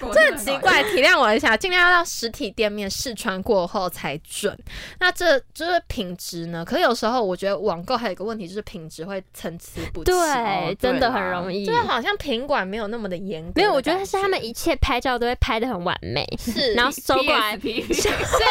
B: 狗
A: 这很奇怪，体谅我一下，尽量要到实体店面试穿过后才准。那这就是品质呢？可是有时候我觉得网购还有一个问题，就是品质会参差不哦齐。
C: 对，真的很容易
A: 就。是好像品管没有那么的严格的感。
C: 没有，我觉得是他们一切拍照都会拍的很完美，
A: 是，
C: 然后收过来。
B: PSP
A: 是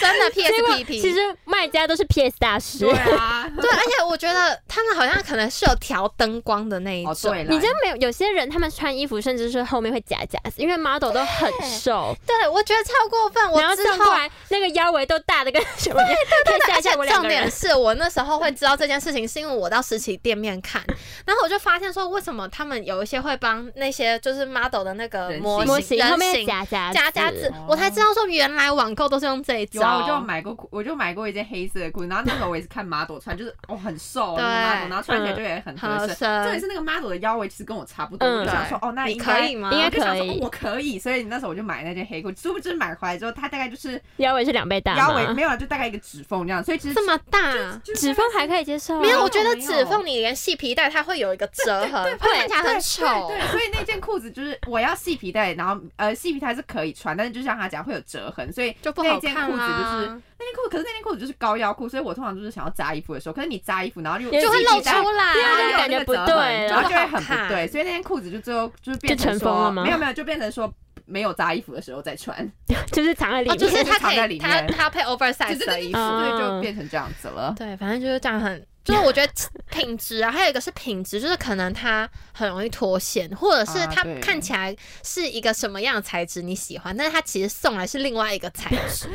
A: 真 的 PSP
C: 其实卖家都是 PS 大师
B: 对，啊，
A: 对，而且我觉得他们好像可能是有调灯光的那一
B: 哦，
A: 种。
B: 对了，
C: 你真没有？有些人他们穿衣服甚至是后面会夹夹子，因为 model 都很瘦，
A: 对，我觉得超过分。我
C: 然后
A: 之
C: 正
A: 后
C: 过来那个腰围都大的跟什么一样？ 可以吓
A: 而
C: 一
A: 且
C: 吓我两
A: 重
C: 个
A: 点
C: 人。
A: 是我那时候会知道这件事情，是因为我到实体店面看， 然后我就发现说，为什么他们有一些会帮那些就是 model 的那个
B: 人形哦
A: 模
C: 模
A: 型
C: 型后
A: 人
C: 面
A: 形
C: 夹夹
A: 加加字，我才知道说原来网购都是用这一
B: 有啊，
A: 招。
B: 我就买过裤，我就买过一件黑色的裤子，然后那时候我也是看 model 穿，就是哦很瘦，那
A: 对嗯
B: 个 model，然后穿起来就也很合
A: 合
B: 身。
A: 身
B: 重点是那个 model 的腰围其实跟我差不多，
C: 嗯
B: 我就想说哦，那
A: 你
B: 应
A: 可
B: 该
A: 以吗？
C: 应该
B: 我就想说
C: 可
B: 哦
C: 以
B: 我可以，所以那时候我就买那件黑裤，殊不知买回来之后，它大概就是
C: 腰围是两倍大
B: 腰围
C: 吗？
B: 没有啊，就大概一个指缝这样，所以其实
A: 这么大。
B: 就是
C: 指缝还可以接受啊，
A: 没有，我
B: 哦
A: 觉得
B: 没有
A: 指缝你连细皮带它会有一个折痕，会看起来很丑
B: 对，。对所以那件裤子就是我要细皮带，然后呃细皮带是可以穿，但是就像他讲会有折痕，所以
A: 就不
B: 那
A: 好
B: 件
A: 看啊
B: 裤子就是
A: 啦，
B: 那件裤，可是那件裤子就是高腰裤，所以我通常就是想要扎衣服的时候，可是你扎衣服，然后就
C: 也
A: 就会露出
C: 对啊
A: 来。
C: 就感觉不对
B: 然后
A: 就
B: 就会
A: 不好
B: 很
A: 看
B: 不对，所以那件裤子就最后就是变
C: 就
B: 成
C: 尘封
B: 说
C: 了吗
B: 没有没有，就变成说没有扎衣服的时候再穿，
C: 就是藏在里
A: 哦，
C: 面。
A: 就是
B: 它
A: 它可
B: 藏在
A: 以，
B: 里
A: 它
B: 面
A: 它要配 oversize
B: 只是
A: 的
B: 那件
A: 衣
B: 衣
A: 服
B: 服。对
C: 嗯
B: 就变成这样 子了。
A: 对，反正就是这样很，就是我觉得品质啊，还有一个是品质，就是可能它很容易脱线，或者是
B: 啊
A: 它
B: 对
A: 看起来是一个什么样的材质你喜欢，但是它其实送来是另外一个材 质，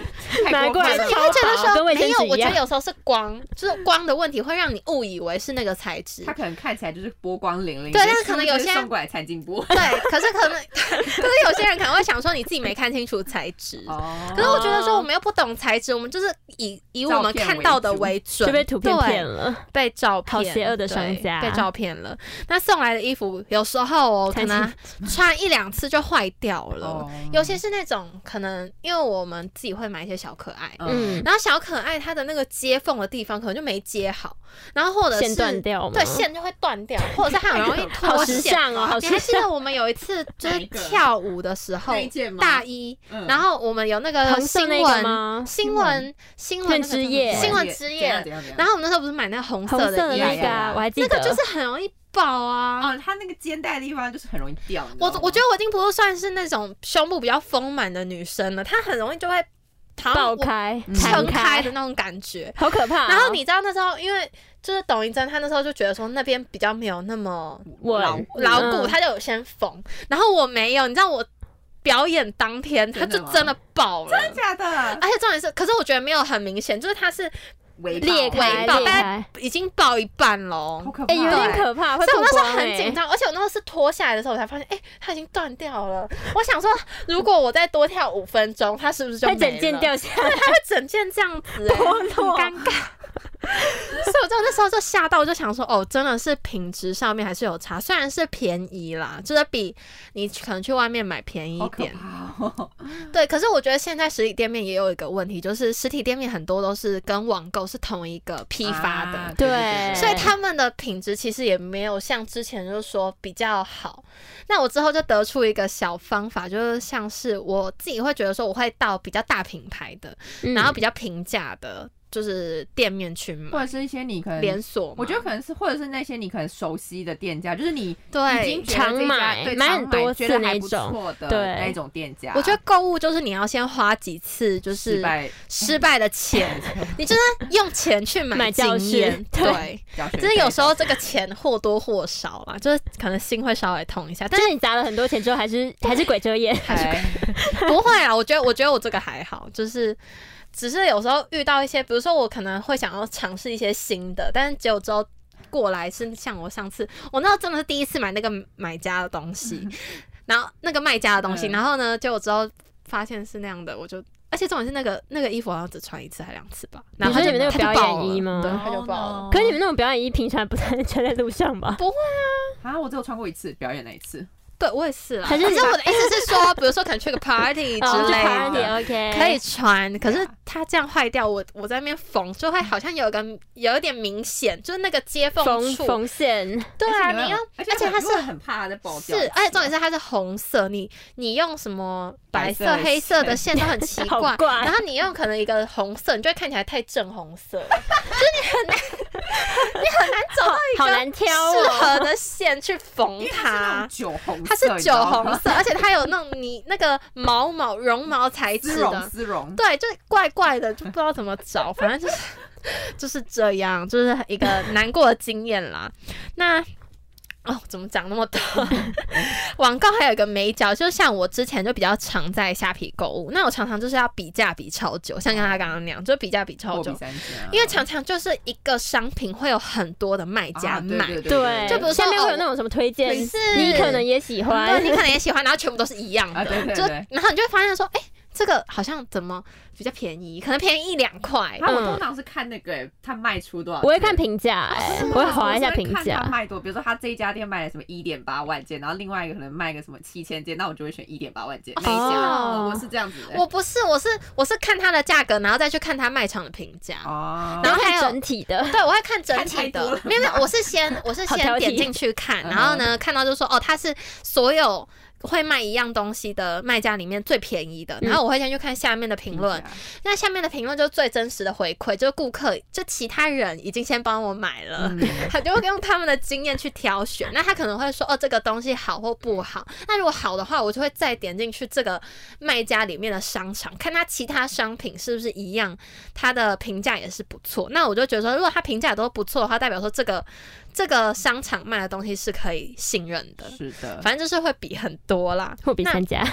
B: 太
C: 拿
B: 过
C: 过
B: 分
C: 来
B: 了
A: 你会觉得
C: 超薄跟
A: 说
C: 卫生
A: 没有，
C: 纸
A: 我
C: 一
A: 觉
C: 样
A: 得有时候是光，就是光的问题会让你误以为是那个材质
B: 它。可能看起来就是波光粼粼，
A: 对但是可能有些
B: 就是送过来餐 巾布。
A: 对，可是可能，可是有些人可能会想说你自己没看清楚材质。
B: 哦
A: 可是我觉得说我们又不懂材质，我们就是以以我们看到的为准，
C: 就被图片
A: 对
C: 骗了，
A: 被照片，
C: 好邪恶的商家
A: 对被照片了。那送来的衣服有时候哦，可
C: 才
A: 能穿一两次就坏掉了，
B: 哦
A: 尤其是那种可能因为我们自己会买一些小可爱。
C: 嗯，
A: 然后小可爱它的那个接缝的地方可能就没接好，然后或者
C: 线
A: 是
C: 断掉吗？
A: 对，线就会断 掉，或者是它很容易
C: 好
A: 脱
C: 时
A: 线。
C: 尚哦，好
A: 你
C: 时
A: 还记
C: 尚。
A: 得我们有一次就
B: 哪
A: 是
B: 一个
A: 跳舞的时候
B: 那，一件吗？
A: 大一，
B: 嗯，
A: 然后我们有那个
C: 红
A: 新
C: 色那个
A: 闻
C: 吗？
A: 新
B: 新
A: 闻新闻
C: 认
A: 那个
C: 知
A: 叫
C: 夜
A: 什么新闻之夜，然
B: 后
A: 后我们那时候不是买那个红
C: 红
A: 色
C: 色
A: 的
C: 的
A: 衣
B: 呀
C: 那
A: 服，
C: 个
B: 呀呀
C: 啊我还记
A: 那
C: 得，
A: 个就是很容易爆啊。
B: 哦，它那个肩带的地方就是很容易掉。
A: 我我觉
B: 得
A: 得我已经不是算是那种胸部比较丰满的女生了，她很容易就会好像
C: 爆
A: 我
C: 开、
A: 撑
C: 弹
A: 开的那种感觉。
C: 好可怕哦。
A: 然后你知道那时候，因为就是董一真，她那时候就觉得说那边比较没有那么
C: 我
B: 老
A: 牢固，
C: 嗯
A: 她就有先缝，然后我没有，你知道我表演当天她
B: 真
A: 就
B: 的吗
A: 真的爆了，
B: 假的
A: 而且重点是，可是我觉得没有很明显，就是它是
B: 围
C: 裂开
A: 围爆
C: 裂
A: 大
C: 开，
A: 已经爆一半喽
B: 好。可怕
C: 哎，
B: 哦，
C: 有点
A: 对
C: 可怕，会
A: 所以我那
C: 曝
A: 时
C: 光
A: 候很紧
C: 哎。
A: 张，而且我那时候是脱下来的时候，我才发现，哎、它已经断掉了。我想说，如果我再多跳五分钟，它是不是就
C: 它
A: 没了
C: 整件掉下来，
A: 它会整件这样 子、哎很
C: 落
A: 尴尬。所以我就那时候就吓到，我就想说，哦，真的是品质上面还是有差，虽然是便宜啦，就是比你可能去外面买便宜
B: 好
A: 一
B: 可
A: 点，
B: 怕哦。
A: 对，可是我觉得现在实体店面也有一个问题，就是实体店面很多都是跟网购是同一个批发的，
B: 啊
C: 对
A: 所以他们的品质其实也没有像之前就是说比较好。那我之后就得出一个小方法，就是像是我自己会觉得说，我会到比较大品牌的，
C: 嗯
A: 然后比较平价的，就是店面去
B: 或
A: 买
B: 者是一些你可能
A: 连。锁嘛。
B: 我觉得可能是，或者是那些你可能熟悉的店家，就是你已
A: 对
B: 经，觉得这
C: 常
B: 家
C: 买
B: 对
C: 买
B: 常
C: 很多
B: 觉
C: 次
B: 得
C: 那
B: 还不
C: 种
B: 错的
C: 对
B: 那一种店家，
A: 我觉得购物就是你要先花几次，就
B: 失
A: 是
B: 败
A: 失败的 钱，你就是用钱去买
C: 买教
A: 经
C: 训
A: 验，
C: 对
A: 对。
B: 教学费，
A: 就是有时候这个钱或多或少啦，就是可能心会稍微痛一下，但
C: 就是你砸了很多钱之后，还是还是鬼遮眼，
B: 哎
A: 是 不会啊。我觉得，我觉得我这个还好，就是只是有时候遇到一些，比如说我可能会想要尝试一些新的，但是结果之后过来是像我上次，我那时候真的是第一次买那个买家的东西， 然后那个卖家的东西，
B: 嗯
A: 然后呢，结果之后发现是那样的，我就。而且重点是那个那个衣服好像只穿一次还两次吧，然后
C: 你
A: 它就
C: 说你们那个
A: 它就
C: 表演
A: 爆了
C: 衣吗
A: 对，它就爆了。
B: 哦
C: 可是你们那种表演衣，平常不太穿在路上吧？
B: 啊，我只有穿过一次表演那一次，
A: 对我也是啊，
C: 还是
A: 可
C: 你
A: 是我的意思是说，比如说可能去个 party 之
C: 哦，就
A: 类的，
C: party OK，
A: 可以穿，可是
B: 啊
A: 它这样坏掉，我我在那边缝就会好像有一个有一点明显，就是那个接缝
C: 缝
A: 处。
C: 缝线，
A: 对啊，
B: 而且
A: 你要
B: 会，
A: 而
B: 而
A: 且
B: 且
A: 它
B: 它
A: 是
B: 是很怕它在爆
A: 是
B: 掉，，
A: 而且重点是它是红色，你你用什么白色、
B: 白色的
A: 黑色的线都很奇
C: 好
A: 怪，
C: 怪
A: 然后你用可能一个红色，你就会看起来太正红 色，
C: 好难挑
A: 适
C: 哦。
A: 合的线去缝
B: 因为它是那
A: 它
B: 种。酒红色，
A: 它是
B: 你知
A: 酒
B: 道
A: 红
B: 吗
A: 色，而且它有那种你那个毛毛绒毛材质
B: 丝
A: 的
B: 绒，丝绒，
A: 对，就是怪怪的，就不知道怎么找，反正就是就是这样，就是一个难过的经验啦。那哦，怎么长那么多？ 网购还有一个美角，就像我之前就比较常在虾皮购物，那我常常就是要比价比超久，像刚他刚刚那样，就比价比超
B: 货
A: 久
B: 比，三家，
A: 因为常常就是一个商品会有很多的卖
B: 啊
A: 家
B: 对
A: 买，
B: 对
C: 对，
A: 就比如说
C: 下面会
A: 哦
C: 有那种什么推荐，
A: 是
C: 你可能也喜欢
A: 对，你可能也喜欢，然后全部都是一样的，
B: 啊对对
A: 就
B: 对
A: 然后你就会发现说，哎、这个好像怎么比较便宜，可能便宜一两块，
B: 啊那我
C: 嗯
B: 通常是看那个、欸，他卖出多少钱，
C: 我会看评价、
A: 哦
C: 哎，我会划一下评
B: 我是会看他
C: 价。
B: 卖多，比如说他这一家店卖了什么一点八万件，然后另外一个可能卖个什么七千件，那我就会选一点八万件那一家。
C: 哦
B: 我是这样子的。
A: 我不是，我是我是看它的价格，然后再去看它卖场的评价。
B: 哦，
A: 然后还
C: 看
A: 有
C: 整 体的，
A: 对，我会看整
B: 看太
A: 体
B: 多
A: 的
B: 了，
A: 没有没有，我是 先我是
C: 好挑
A: 先
C: 剔
A: 点进去看，
B: 嗯哼
A: 然后呢看到就说哦，它是所有会卖一样东西的卖家里面最便宜的，
C: 嗯
A: 然后我会先去看下面的评论，那下面的评论就是最真实的回馈，就是顾客就其他人已经先帮我买了，
B: 嗯
A: 他就会用他们的经验去挑选。那他可能会说哦，这个东西好或不好。那如果好的话，我就会再点进去这个卖家里面的商场，看他其他商品是不是一样，他的评价也是不错。那我就觉得说，如果他评价都不错的话，代表说这个这个商场卖的东西是可以信任的。
B: 是的，
A: 反正就是会比很多啦，
C: 货比三家，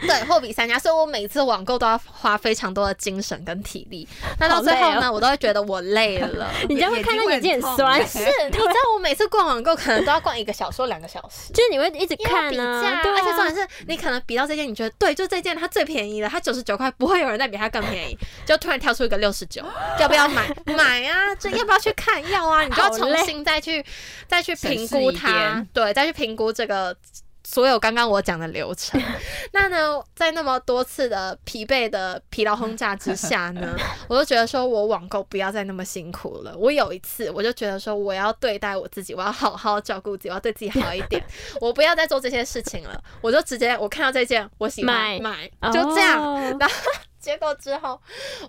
A: 对，货比三家，所以我每次网购都要花非常多的精神跟体力。那到最后
C: 好累哦
A: 呢，我都会觉得我累了。
C: 你这样会看到眼睛很酸，
B: 眼睛
A: 是， 你知道我每次逛网购可能都要逛一个小时或两个小时。
C: 就是你会一直
A: 因为要
C: 看
A: 比价、
C: 啊，对
A: 而且重
C: 啊
A: 点，是你可能比到这件，你觉得对，就这件它最便宜了，它九十九块，不会有人再比它更 便宜，就突然跳出一个六十九，要不要买？买啊，这要不要去看？要啊，你就要
C: 好
A: 重
C: 累
A: 新再去再去评
B: 审视
A: 估
B: 一
A: 它
B: 遍，
A: 对，再去评估这个所有刚刚我讲的流 程。那呢，在那么多次的疲惫的疲劳轰炸之下呢，我就觉得说我网购不要再那么辛苦了。我有一次我就觉得说我要对待我自己，我要好好照顾自己，我要对自己好一点， 我不要再做这些事情了。我就直接我看到这件我喜
C: 买
A: 欢买，就这样。
C: 哦
A: 结果之后，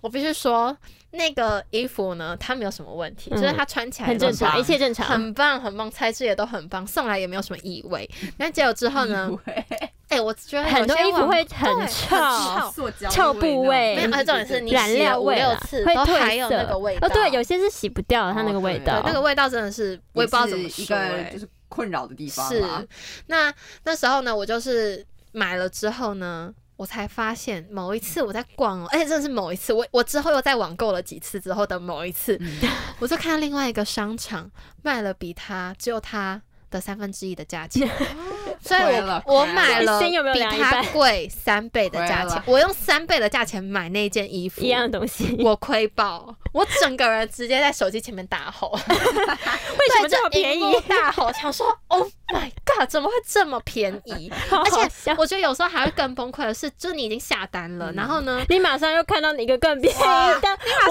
A: 我必须说那个衣服呢，它没有什么问题，
C: 嗯
A: 就是它穿起来
C: 很正常，
A: 棒
C: 一切正常。
A: 很棒，很棒，材质也都很棒，送来也没有什么异味。但结果之后呢？哎、我觉得有
C: 很多
A: 些
C: 衣服
A: 网
C: 会很
A: 对
C: 臭
A: 很，
B: 哦，塑胶
C: 臭部位
A: 没有，而且重点是你
C: 染
A: 洗
C: 料
A: 了五
C: 味
A: 六
C: 啦
A: 次
C: 会
A: 都
C: 褪
A: 还有那
C: 色
A: 个味道。
C: 哦，对，有些是洗不掉的它那个味
B: 哦对
C: 道
A: 对，那个味道真的是我也不知道怎么
B: 一
A: 说、
B: 个
A: 哎
B: 就是困扰的地方
A: 是
B: 啦，
A: 那那时候呢，我就是买了之后呢，我才发现某一次我在逛哦，而且真的是某一次，我我之后又在网购了几次之后的某一次，
B: 嗯
A: 我就看到另外一个商场卖了比它只有它的三分之一的价 钱。所以
B: 亏了
A: 我我
B: 亏了
A: 买了
C: 先有没有
A: 比
C: 量一
A: 它
C: 半
A: 贵三倍的
B: 亏
A: 价钱
B: 了，
A: 我用三倍的价钱买那件衣服，
C: 一样的东西。 为
A: 我亏爆，我整个人直接在手机前面大吼，
C: 什哎么这么便
A: 对
C: 宜？
A: 着荧幕大吼，想说 Oh my God，怎么会这么便宜？
C: 好
A: 而
C: 好
A: 且
C: 笑。
A: 我觉得有时候还会更崩溃的是，就是你已经下单了，
B: 嗯
A: 然后呢？
C: 你马上又看到一个更便宜的，你
A: 马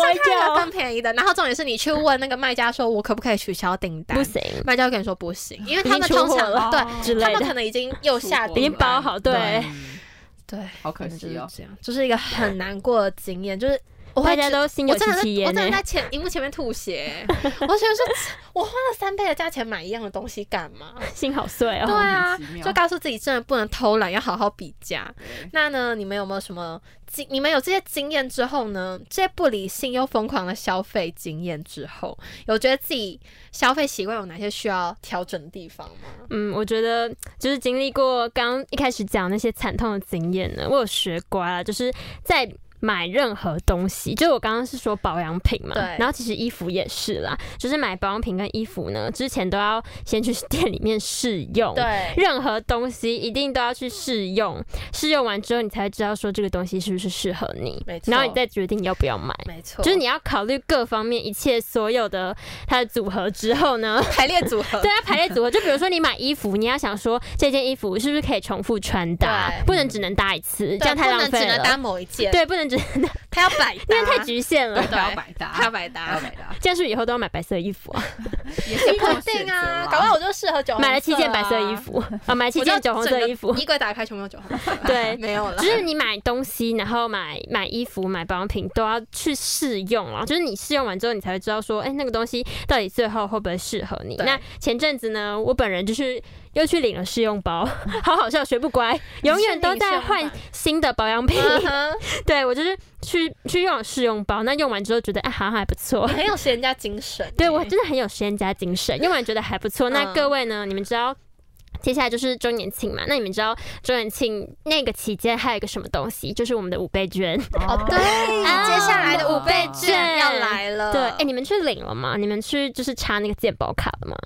A: 上看到
C: 我
A: 更便宜的，然后重点是你去问那个卖家说，我可不可以取消订
C: 就
A: 单
C: 不？行，
A: 卖家会跟你说不行，因为
C: 已
A: 他
C: 经
A: 们
C: 出
A: 通
C: 货
A: 常
C: 了哦
A: 对，
C: 之
A: 他
C: 类
A: 们
C: 的
A: 可能已经又下
B: 出货
C: 已
A: 订
C: 经
A: 单
C: 包好，对，啊
B: 嗯
A: 对，
B: 好可
A: 反正
B: 惜哦
A: 就是。这样，就是一个很难过的经验，就是我
C: 大
A: 会觉
C: 家都心有
A: 我
C: 戚
A: 真的是
C: 戚
A: 我
C: 焉
A: 真的
C: 呢
A: 在。前荧幕前面吐血， 我觉得说，我花了三倍的价钱买一样的东西干嘛？
C: 心好碎
A: 对
C: 哦。
A: 啊
B: 莫名其，妙
A: 就告诉自己真的不能偷懒，要好好比价。
B: 对
A: 那呢，你们有没有什么经？你们有这些经验之后呢？这些不理性又疯狂的消费经验之后，有觉得自己消费习惯有哪些需要调整的地方吗？
C: 嗯，我觉得就是经历过刚一开始讲那些惨痛的经验呢，我有学乖了，就是在。买任何东西，就我刚刚是说保养品嘛，
A: 对
C: 然后其实衣服也是啦，就是买保养品跟衣服呢，之前都要先去 店里面试用，
A: 对，
C: 任何东西一定都要去试用，试用完之后你才会知道说这个东西是不是适合你
A: 没，错
C: 然后你再决定你要不要买。
A: 没错，
C: 就是你要考虑各方面一切所有的它的组合之后呢，
A: 排列组合，
C: 对它排列组合。就比如说你买衣服，你要想说这件衣服是不是可以重复穿搭，
A: 对
C: 不能只能搭一次，这
A: 对，
C: 样太
A: 不
C: 浪
A: 能只
C: 费
A: 能
C: 了。
A: 搭啊某一件，，
C: 对，不能只能搭，
A: 它要百搭，
C: 因为太局限了
B: 对，。他要百搭，
A: 它要百
B: 他
A: 搭
B: 要。百搭，
C: 这样是不是以后都要买白色衣服啊？
B: 也是一
A: 不
B: 种
A: 一
B: 选
A: 定
B: 择
A: 啊
B: 啦，
A: 搞不好我就适合酒红色啊、
C: 买了七件白色衣服啊，买七
A: 我就
C: 件酒红色衣服
A: 整个，衣柜打开全部都酒 红色，
C: 对，
A: 没有了
C: 就。是你买东西，然后买买衣服、买保养品都要去试用啊，就是你试用完之后，你才会知道说，哎、那个东西到底最后会不会适合你。
A: 对
C: 那前阵子呢，我本人就是又去领了试用包， 好好笑，学不 乖，永远都在换新的保养品。
A: 嗯哼，
C: 对我就是去去用了试用包，那用完之后觉得，哎、好像还不错
A: 你。很有闲家精神耶。
C: 对我真的很有实验家精神，用完觉得还不错。那
A: 嗯
C: 各位呢？你们知道接下来就是周年庆嘛，那你们知道周年庆那个期间还有一个什么东西，就是我们的五倍券。
A: 哦，对，
C: 啊
A: 接下来的五倍
B: 哦
A: 券
C: 对
A: 要来了。
C: 对，哎、你们去领了吗？你们去就是插那个健保卡了
A: 嗯
C: 吗？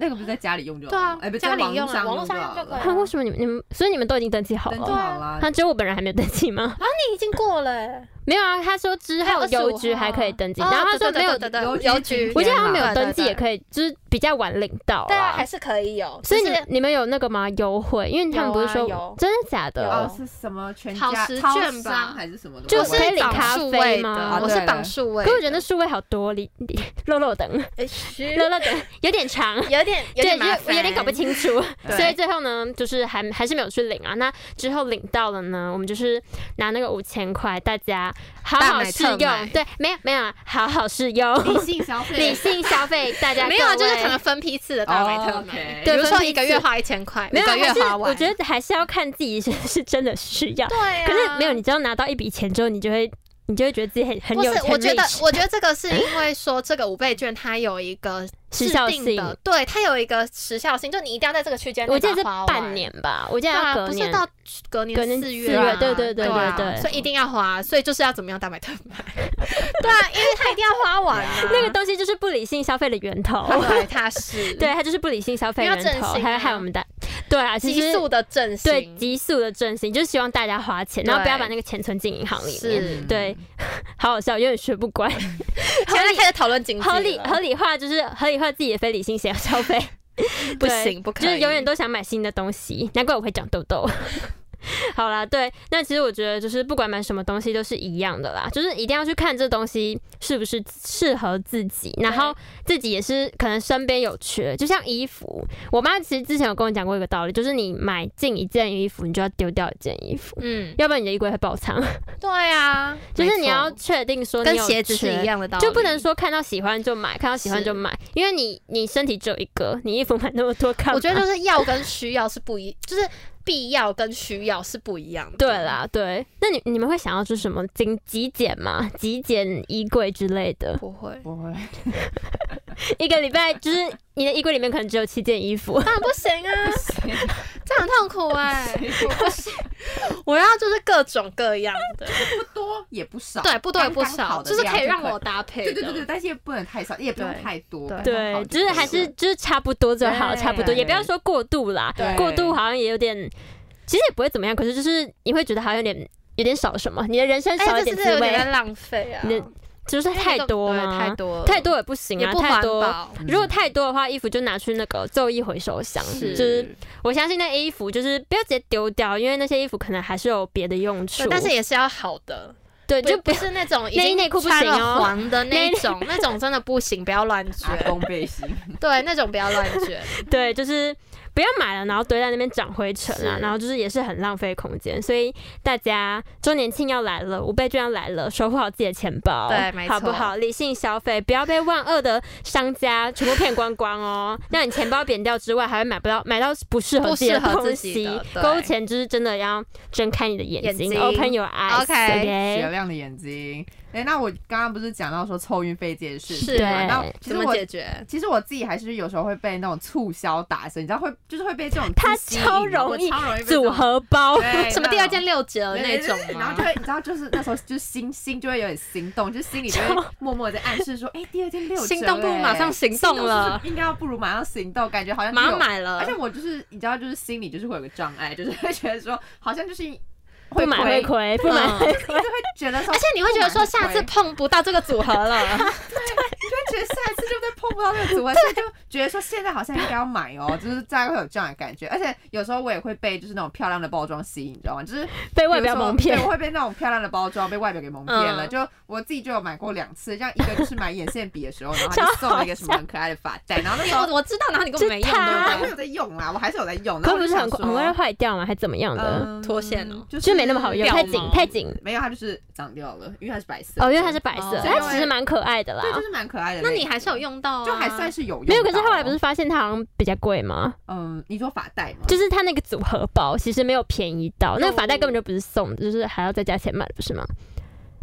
B: 那个不是在家里用就好
A: 对啊
B: 哎，不是在
A: 家里用啊
B: 网
A: 网络
B: 络
A: 上
B: 上
A: 用就
B: 就
A: 可
B: 好
A: 以
B: 了
A: 了
C: 啊，为什么你们你们？所以你们都已经登记好
B: 登
C: 了
B: 记
A: 啊
C: 哦？
B: 好了
C: 那、。只有我本人还没有登记吗？
A: 你已经过了欸，
C: 没有啊，他说之
A: 啊还有
C: 后
A: 25
C: 邮局还可以登记，
A: 哦
C: 然后他说
A: 对
C: 没有，
A: 对对对
B: 邮
A: 对
B: 局
A: 邮局，
C: 我记得好像没
A: 对
C: 有
A: 对
C: 登记
A: 对
C: 也可以，就是比较晚领到
A: 对啊，
C: 啊
A: 还。是可以有，
C: 所以你
A: 只
C: 们
A: 是
C: 你们有那个吗？优惠？因为他们不是
A: 有啊有
C: 说真的假
A: 有
C: 的？
B: 哦，是什么全
D: 好
B: 家
D: 食
B: 超
D: 券吧
B: 商还是什么的吧？
C: 就
A: 我
C: 是可以领
A: 绑
C: 咖
A: 数
C: 啡
A: 位
C: 吗
A: 的
C: 啊
A: 我是
B: 对
A: 绑数位的，
C: 可我觉得那数位好多，里里肉肉等，
A: 哎
C: 肉
A: 是
C: 肉 等有点长，
A: 有点有
C: 对，
A: 点
C: 就
A: 麻
C: 是我
A: 烦，
C: 有点搞不。清楚，
A: 对
C: 所以最后呢，就是还还是没有去领啊。那之后领到了呢，我们就是拿那个五千块，大家好
D: 大
C: 好
D: 买
C: 试
D: 特买
C: 用，对，没有没有啊，好好试用
B: 理，性消费
C: 理，性消费，大家
A: 没有啊，
C: 各
A: 就
C: 位
A: 是可能分批次的大买特买，
B: 买
A: 比
C: 对
A: 如说
C: 分批
A: 一个
C: 次
A: 月花一千块，
C: 没
A: 五
C: 有
A: 个
C: 啊，
A: 月
C: 还是
A: 花完。
C: 我觉得还是要看自己是是真的需要。
A: 对啊，
C: 可是没有，你知道拿到一笔钱之后，你就会你就会觉得自己很很
A: 不
C: 有
A: 是，
C: 钱，
A: 我觉得，我觉得这个是因为说这个五倍券它有一个
C: 时
A: 制
C: 效
A: 定
C: 性
A: 的，对，它有一个时效性，就你一定要在这个区间内
C: 我记得
A: 把
C: 是
A: 它花
C: 半
A: 完。
C: 年吧，我记
A: 对
C: 得要
A: 啊，
C: 隔
A: 不
C: 年
A: 是。到隔年
C: 隔年
A: 四
C: 四
A: 啊
C: 月对对对
A: 啊
C: 对对
A: 所以一定要花，所以就是要怎么样大买特 买，对啊，因为它一定要花完啊，
C: 那个东西就是不理性消费的源头，
A: 对，它是
C: 对，它就是不理性消费
A: 因为
C: 源
A: 要
C: 头，
A: 振兴啊
C: 还有害我们的，对啊，其
A: 急
C: 实
A: 速的振兴，
C: 对急速的振兴，就是希望大家花钱，然后不要
A: 对
C: 把那个钱存进银行里面。
A: 是，嗯
C: 对， 好好笑，有点学不乖。
A: 现在开始讨论经济了，
C: 合理合理化就是合理化自己的非理性消消费，
A: 不
C: 对
A: 行，不可以，
C: 就是永远都想买新的东西，难怪我会长痘痘。 好啦，对，那其实我觉得就是不管买什么东西都是一样的啦，就是一定要去看这东西是不是适合自己，然后自己也是可能身边有缺，就像衣服，我妈其实之前有跟我讲过一个道理，就是你买进一件衣服，你就要丢掉一件衣服，
A: 嗯，
C: 要不然你的衣柜会 爆仓。
A: 对啊，
C: 就是
A: 没
C: 你要
A: 错
C: 确定说你
A: 跟
C: 有
A: 鞋子是一
C: 缺
A: 样的道理，
C: 就不能说看到喜欢就买，看到喜欢就买，因为你你身体只有一个，你衣服买那么多干嘛
A: 我 觉得就是要跟需要是不一，就是必要跟需要是不一样的。
C: 对，啦，对。那你你们会想要就是什么精极简嘛， 极简衣柜之类的，
A: 不会，
B: 不会，
C: 一个礼拜就是你的衣柜里面可能只有七件衣服。
A: 当然不行 啊，这样很痛苦哎、我不行，我要就是各种各样的，
B: 不多也不少，
A: 对，不多也不
B: 刚刚好
A: 少，
B: 的
A: 就是可以
B: 量
A: 让我搭配的。
B: 对对对对，但是也不能太少，也不用
A: 对
B: 太多，
A: 对
B: 刚好
C: 对，就是
B: 可以
C: 还是
B: 了
C: 就是差不多就好，
B: 对
C: 差不多，也不要说过度啦，
B: 对
C: 过度好像也有点，其实也不会怎么样，可是就是你会觉得好像有点有点少什么，你的人生少
A: 哎，
C: 了
A: 这
C: 点
A: 是
C: 滋
A: 有
C: 味，
A: 点浪费啊，
C: 你的就是
A: 因为
C: 太
A: 那个
C: 多
A: 对
C: 吗？
A: 太多了
C: 太多也不行
A: 也
C: 啊，
A: 不
C: 太
A: 环
C: 多
A: 保。
B: 嗯
C: 如果太多的话，衣服就拿去那个旧衣回收箱，
A: 是
C: 就是我相信那衣服就是不要直接丢掉，因为那些衣服可能还是有别的用
A: 对
C: 处。
A: 但是也是要好的，
C: 对，就
A: 就
C: 不
A: 不
C: 要
A: 是那种已
C: 内衣
A: 经
C: 内裤不
A: 穿
C: 行
A: 了
C: 哦
A: 黄的那
C: 内
A: 一种，那种真的不行，不要乱
B: 阿
A: 卷。
B: 公背心，
A: 对，那种不要乱卷。
C: 对，就是不要买了，然后堆在那边长灰尘啊，
A: 是
C: 然后就是也是很浪费空间。所以大家周年庆要来了，五倍券要来了，守护好自己的钱包，
A: 对没错
C: 好不好？理性消费，不要被万恶的商家全部骗光 光哦，让你钱包扁掉之外，还会买不到买到不适合
A: 不
C: 自己的
A: 适合
C: 东
A: 自己
C: 西
A: 的。 对
C: 购物前就是真的要睁开你的眼
A: 眼
C: 睛
A: 睛
C: o p e n your eyes，OK、
A: OK
C: 哎
B: 雪亮的眼睛。哎、那我刚刚不是讲到说凑运费这件事情
A: 是
B: 嘛？那
C: 对
B: 其
A: 怎
B: 实
A: 么
B: 我
A: 解决？
B: 呃其实我自己还是有时候会被那种促销打声，你知道会就是会被这种
C: 它
B: 吸引
C: 超
B: 我
C: 容易
B: 超容易被这种
C: 组合包，
B: 对
A: 什么第二件六折
B: 对
A: 那
B: 对对
A: 种
B: 对然
A: 吗
B: 后就？会你知道就是那时候就是心心就会有点心动，就心里就会默默的暗示说，哎、第二件六折、哎
A: 心动不如马上行
B: 动
A: 动了，，
B: 应该要不如马上行动，感觉好像
A: 马
B: 有
A: 上买了
B: 而且。我就是你知道，就是心里就是会有个障碍，就是会觉得说，好像就是
C: 不买会
B: 亏，
C: 亏，不
A: 嗯
C: 买会
B: 就是一直会觉得说，
A: 而且你会觉得说下次碰不到这个组合了，
B: 就会觉得下一次就被碰不到那个组合，所以就觉得说现在好像应该要买哦，就是大概会有这样的感觉。而且有时候我也会被就是那种漂亮的包装吸引，你知道吗？就是
C: 被外表
B: 比如说
C: 蒙骗
B: 对，我会被那种漂亮的包装被外表给蒙骗了。
A: 嗯
B: 就我自己就有买过两次，像一个就是买眼线笔的时候，然后他
C: 超
B: 就送了一个什么很可爱的发带，然后那时候
A: 我我知道，然后你根本没用，
C: 就他
A: 对不
B: 我还
A: 对
B: 有在用啦，我还是有在用。然
C: 可
B: 后
C: 不是很
B: 我就想
C: 很
B: 说
C: 快坏掉吗？还怎么样的？
B: 嗯
A: 脱线哦
B: 就
C: 就没那么好用，
A: 表
C: 太紧
A: 吗
C: 太紧。
B: 没有，它就是长掉了，因为它是白色的。
C: 哦，因为它是白色，
A: 哦
C: 它其实蛮可爱的啊啦
B: 对，。就是蛮可爱的。
A: 那你还是有，用到啊，
B: 就还算是有用到。哦
C: 没有，可是后来不是发现它好像比较贵吗？
B: 嗯，你说发带吗？
C: 就是是它那个组合包其实没有便宜到，那个发带根本就不是送的，就是还要再加钱买，不是吗？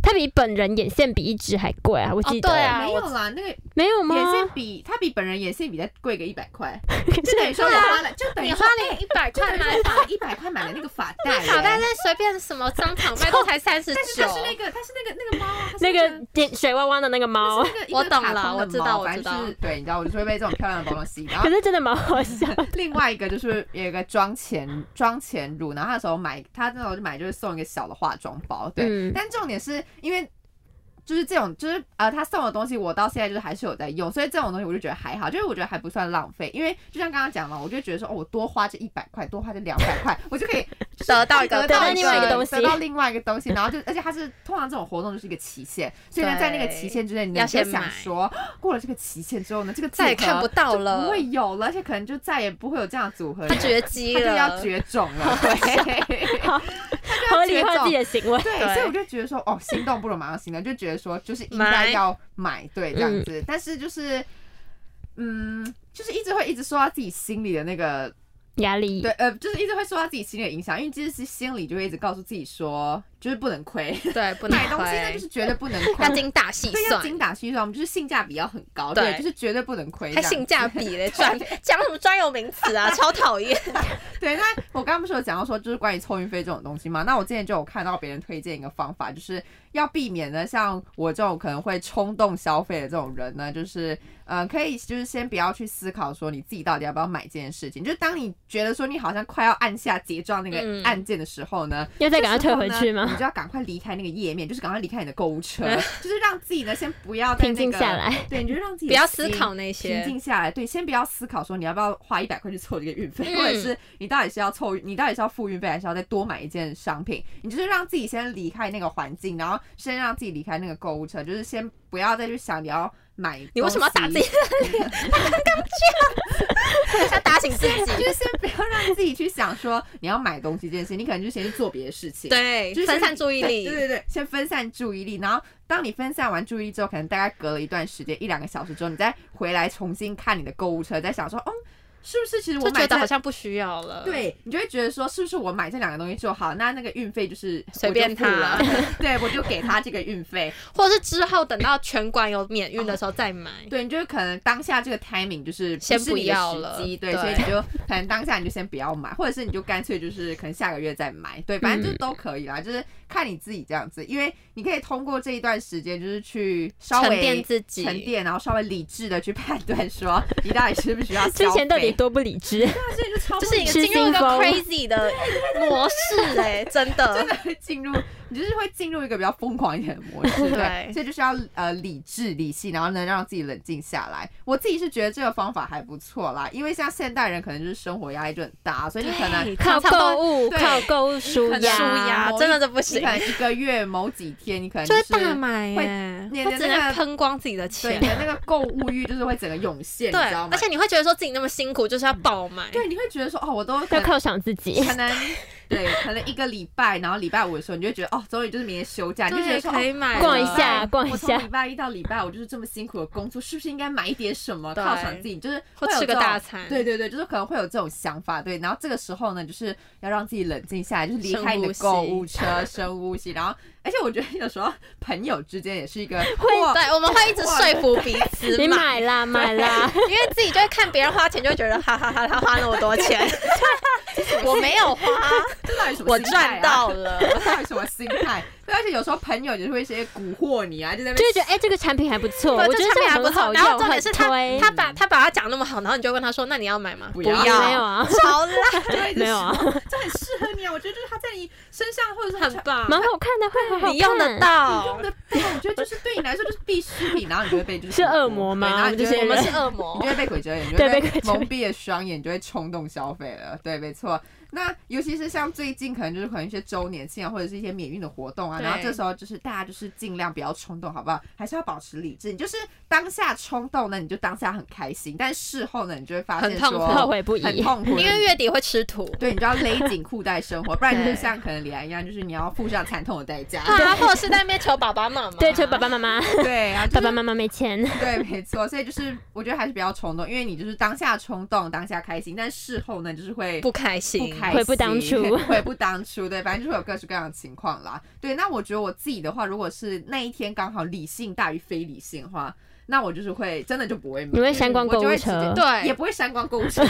C: 它比本人眼线笔一支还贵啊！我记得、
A: 哦对啊
B: 没有啦，那个
C: 没有吗？
B: 眼线笔，它比本人眼线笔再贵个一百块，就等于说我
A: 对啊
B: 花了，就等于
A: 你
B: 说哎
A: 花了一百块买
B: 花了一百块买了那个发带耶，
A: 发带，那随便什么商场卖都才三十
B: 但是
A: 九
B: 它。是那个它是那个那个猫啊，它是
C: 那个点水汪汪的那个猫
B: 它，是那个
A: 我懂了
B: 一个卡通的
A: 我知道
B: 猫
A: 我知道
B: 反正就是对，你知道，我就是会被这种漂亮的包装吸引。然后
C: 可是真的蛮好笑。
B: 另外一个就是有一个妆前妆前乳，然后他那时候买，他那时候就买就是送一个小的化妆包，对。
C: 嗯
B: 但重点是因为就是这种就是呃他送的东西，我到现在就是还是有在用，所以这种东西我就觉得还好，就是我觉得还不算浪费，因为就像刚刚讲嘛，我就觉得说哦，我多花这一百块，多花这两百块，我就可以
A: 得 到一个
B: 得到
C: 得到另外一个东 西
B: 得到另外一个东西，然后就而且它是通常这种活动就是一个期限，所以呢，
A: 对
B: 在那个期限之内，你
A: 要
B: 就
A: 先
B: 想
A: 买
B: 说过了这个期限之后呢，这个
A: 再也
B: 组合
A: 看不到
B: 就
A: 了
B: 不会有了，而且可能就再也不会有这样的组合了，
A: 他绝迹
B: 他就
A: 了，
B: 要绝种 了，对，
C: 合理化自己的行为。
B: 对，所以我就觉得说，哦，心动不如马上行动，就觉得说，就是应该
A: 买
B: 要买，对，这样子。但是就是，嗯，就是一直会一直受到自己心里的那个，
C: 压
A: 嗯
C: 力
B: 对，呃，就是一直会受到自己心理的影响，因为其实是心里就会一直告诉自己说，就是不能亏，
A: 对，不能
B: 买东西那就
A: 亏，
B: 是绝对不能
A: 要
B: 亏。
A: 精打细
B: 对，要
A: 算，
B: 精打细算，我们就是性价比要很高，
A: 对
B: 对，就是绝对不能亏这
A: 还
B: 样子。
A: 性价比 嘞，专讲什么专有名词啊，超讨厌。
B: 对，那我刚刚不是有讲到说，就是关于凑运费这种东西嘛？那我之前就有看到别人推荐一个方法，就是要避免呢，像我这种可能会冲动消费的这种人呢，就是呃，可以就是先不要去思考说你自己到底要不要买这件事情。就是当你觉得说你好像快要按下结账那个
A: 嗯
B: 按键的时候呢，
C: 要再
B: 这
C: 赶快
B: 时
C: 退
B: 候
C: 回
B: 呢
C: 去吗
B: 你？就要赶快离开那个页面，就是赶快离开你的购物 车，就是让自己呢先不要在
C: 平
B: 那
C: 静
B: 个
C: 下。来，
B: 对，你就让自己
A: 不要
B: 的
A: 思
B: 心
A: 考那
B: 平
A: 些，
B: 静下来，对，先不要思考说你要不要花一百块去凑这个运费，
A: 嗯
B: 或者是你到底是要凑，你到底是要付运费，还是要再多买一件商品？你就是让自己先离开那个环境，然后先让自己离开那个购物车，就是先不要再去想你要买。
A: 你为什么要打自己？的脸？他刚刚这样，想打醒自
B: 就
A: 己。
B: 是先不要让自己去想说你要买东西这件事情，你可能就先去做别的事情。
A: 对
B: 就是，先
A: 分散注意
B: 对
A: 力
B: 对，对对，先分散注意力，然后当你分散完注意力之后，可能大概隔了一段时间，一两个小时之后，你再回来重新看你的购物车，再想说，嗯，是不是其实我
A: 就
B: 买
A: 觉
B: 这
A: 得好像不需要了。，
B: 对你就会觉得说，是不是我买这两个东西就好？那那个运费就是
A: 随便
B: 我就付了
A: 他，
B: 对我就给他这个运费。
A: 或者是之后等到全馆有免运的时候再买。
B: 对，你就可能当下这个 timing 就是
A: 先
B: 不是你的
A: 不要
B: 时
A: 了
B: 机对，
A: 对
B: 所以你就可能当下你就先不要买， 或者是你就干脆就是可能下个月再买，对，反正
A: 嗯
B: 就是都可以啦，就是看你自己这样子，因为你可以通过这一段时间就是去稍微
A: 沉淀自己
B: 沉淀，然后稍微理智的去判断说你到底需不 需要
C: 之
B: 消
C: 前到底
B: 费
C: 多不理智？
B: 那所以就超
A: 就
B: 不
A: 是一个进入一个 crazy 的模式哎、 真
B: 真
A: 的。
B: 的会进入，你就是会进入一个比较疯狂一点的模式，对，
A: 对
B: 所以就是要呃理智理性，然后能让自己冷静下来。我自己是觉得这个方法还不错啦，因为像现代人可能就是生活压力就很大，所以你可能
A: 对
C: 靠
A: 常常
C: 购
A: 都
C: 物，
B: 对
C: 靠购物舒
B: 可能
C: 压，
A: 舒压真的这不
B: 你
A: 行
B: 可，能一个月某几天，你可能
A: 就会
B: 是
A: 大买
B: 会
A: 哎、
B: 你
A: 我
B: 的
A: 只
B: 那
A: 能
B: 个
A: 喷光自己的
B: 对
A: 钱
B: 你。的那个购物欲就是会整个涌现，你
A: 对
B: 知道，吗
A: 而？且你会觉得说自己那么辛苦，就是要爆买。
B: 对，你会觉得说哦，我都可
C: 要
B: 能
C: 犒赏自己。
B: 可能 对，可能一个礼拜，然后礼拜五的时候，你就会觉得哦，终于就是明天休假，你就觉得
A: 对，
B: 说
A: 可
B: 哦
A: 以买
C: 逛一
A: 了
C: 下逛一
B: 我
C: 下
B: 从礼拜一到礼拜五就是这么辛苦的工作，是不是应该买一点什么
A: 对
B: 犒赏自己？就是
A: 或
B: 会有
A: 吃
B: 这
A: 个
B: 种
A: 大餐
B: 对对对，就是可能会有这种想法。对，然后这个时候呢，就是要让自己冷静下来，就是离
A: 深
B: 开你的
A: 呼吸
B: 购物车，深呼吸。然后，而且我觉得有时候朋友之间也是一个哇
A: 对，我们会一直说服彼此
C: 你
A: 买，
C: 买 啦，买
B: 啊
C: 啦，
A: 因为自己就会看别人花钱，就会觉得哈哈哈，他花那么多 钱，我没有花，
B: 啊这到底什么
A: 我
B: 心态
A: 赚
B: 啊
A: 到。了。
B: 这到底什么心态？对，而且有时候朋友也是会一些蛊惑你啊，就在那
C: 就
B: 边
C: 会觉得哎、这个产品还不错， 我
A: 对，
C: 觉
A: 这
C: 得
A: 产品
C: 个
A: 还不
C: 很
A: 错。
C: 好
A: 然后
C: 用，
A: 重
C: 很
A: 点是他
C: 推。
A: 他把他把他讲那么好，然后你就会问他说：“那你要买吗？”
B: 不要
A: 要，
C: 没有啊，
A: 超烂，
B: 对
C: 没有啊，
B: 就是这很适合你啊。我觉得就是它在你身上，或者是它
A: 很棒，
C: 蛮好看的，会很好看，
A: 你用得到
B: 用。的对，我觉得就是对你来说就是必需品，然后你就会被就是
C: 是恶魔吗
B: 对然后你就会
A: 我
C: 我
A: 们
C: 们
A: 是恶
B: 你
A: 魔
B: 就，会被鬼遮眼，你就
C: 对
B: 会
C: 被鬼遮
B: 蒙
C: 眼
B: 蔽了双眼，你就会冲动消费了。对，没错。那尤其是像最近可能就是可能一些周年庆啊，或者是一些免运的活动啊，
A: 对
B: 然后这时候就是大家就是尽量不要冲动，好不好？还是要保持理智。你就是当下冲动呢，你就当下很开心，但事后呢，你就会发现
A: 很痛苦啊
B: 说
C: 后悔不
B: 很
C: 已。
B: 痛苦，
A: 因为月底会吃土。
B: 对，你就要勒紧裤带生活，不然就是
A: 对
B: 像可能李安一样，就是你要付上惨痛的代价。
A: 啊，或者是在那边求爸爸妈妈，
C: 对，求爸爸妈妈，
B: 对啊，
C: 爸爸妈妈没 钱，
B: 对，没错，所以就是我觉得还是比较冲动，因为你就是当下冲动，当下开心，但事后呢，就是会
A: 不开
B: 不
A: 心，
B: 开心，
C: 悔不当初
B: 悔不当初，对，反正就会有各式各样的情况啦。对，那我觉得我自己的话，如果是那一天刚好理性大于非理性的话，那我就是会真的就不会买
C: 你，会删光
B: 我
C: 购
B: 就
C: 物
B: 会直
C: 车
B: 接，
A: 对
B: 也不会删光购物 车，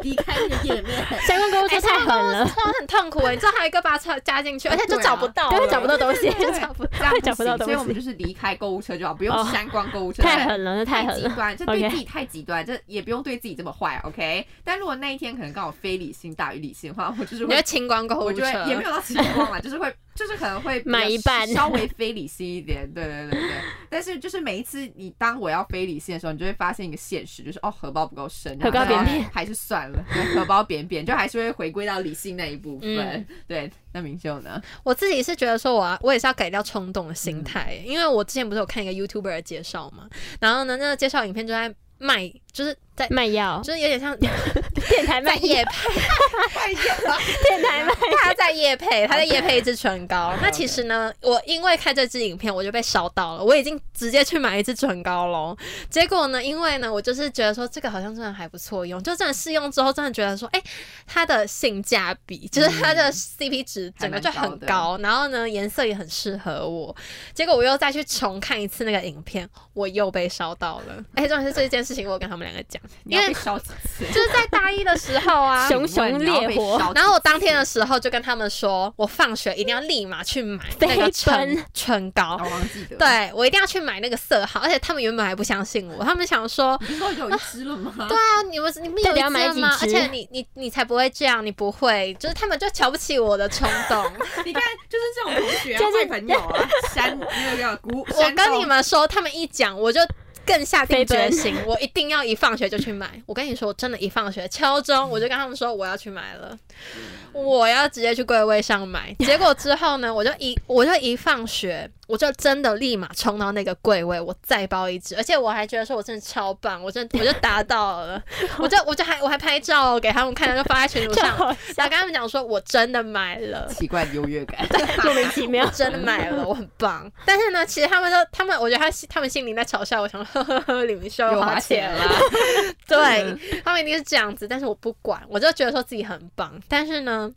B: 离开那个页面。
C: 删光购物 车
A: 哎，
C: 太
A: 这
C: 狠了，
A: 超很痛苦哎，你知道还有一个把它加进去，而且就啊找不到了，
C: 对会找不到欸东 西，
B: 对
C: 就找不
B: 这样
C: 到，
B: 不
C: 会找不到
B: 行所以我
C: 东
B: 们就
C: 西，
B: 是离开购物车就好，不用
C: 哦
B: 删光购物车。
C: 太狠了，那太
B: 太
C: 狠
B: 极
C: 了。
B: 端，这对
C: OK
B: 自己太极端，这也不用对自己这么坏，OK？但如果那一天可能刚好非理性大于理性的话，我就是
A: 你
B: 会
A: 就，清光购
B: 我
A: 物
B: 就
A: 车，
B: 会也没有到极光啦，就是会，就是可能会比较
C: 买一半
B: 稍微非理性一点，对对对对。但是就是每一次你当我要非理性的时候，你就会发现一个现实，就是哦，荷包不够深，
C: 荷包
B: 然后哦
C: 扁扁
B: 还是算了，对荷包扁扁，就还是会回归到理性那一部分。
A: 嗯
B: 对，那明秀呢？
A: 我自己是觉得说我要，我也是要改掉冲动的心态，因为我之前不是有看一个 YouTuber 的介绍嘛，然后呢，那个介绍影片就在卖，就是在。
C: 卖药，
A: 就是有点像
C: 电台
A: 在
C: 卖药，
A: 夜配，
C: 电台卖药，
A: 他在夜配，他在夜配一支唇膏。那其实呢，我因为看这支影片，我就被烧到了，我已经直接去买一支唇膏喽。结果呢，因为呢，我就是觉得说这个好像真的还不错用，就真的试用之后，真的觉得说，哎、它的性价比，就是它的 CP 值整个就
B: 嗯还
A: 很
B: 蛮高
A: 高，然后呢，颜色也很适合我。结果我又再去重看一次那个影片，我又被烧到了。而且重点是这件事情，我有跟他们两个讲，
B: 你
A: 因
B: 要
A: 为
B: 被烧几次？
A: 就是在大一的时候啊，
C: 熊熊烈火
B: 然
A: 然后我当天的时候就跟他们说，我放学一定要立马去买那个
C: 飞
A: 唇
C: 奔
A: 唇膏
B: 我，忘记得，，
A: 对我一定要去买那个色号，而且他们原本还不相信我，他们想说。
B: 你说有一支了吗？
A: 对啊，你们你们
C: 到
A: 有
C: 底
A: 一
C: 要买
A: 支
C: 几
A: 吗？而且
C: 支
A: 你你你才不会这样，你不会，就是他们就瞧不起我的冲动。
B: 你看，就是这种同学、啊、
C: 就是
B: 坏朋友 啊，删那个鼓。
A: 我
B: 煽
A: 跟
B: 动
A: 你，们说，他们一讲我就更下定
C: 飞奔
A: 决心，我一定要一放学就去买。我跟你说，我真的，一放学敲钟，我就跟他们说我要去买了，我要直接去柜位上买。结果之后呢，我就一我就一放学，我就真的立马冲到那个柜位，我再包一支，而且我还觉得说我真的超棒，我真的我就达到了，我就我就还我还拍照给他们看，就发在群组
C: 就
A: 上，
C: 好
A: 然
C: 像
A: 后跟他们讲说我真的买了。
B: 奇怪的优越 感，
C: 莫名其 妙
A: 我。真的买了，我很棒。但是呢，其实他们都，他们我觉得他心他们心里在嘲笑我，想说呵呵呵，你们需要
B: 又
A: 花
B: 花
A: 钱
B: 钱
A: 了。
B: 啦。
A: 对他们一定是这样子，但是我不管，我就觉得说自己很棒。但是呢，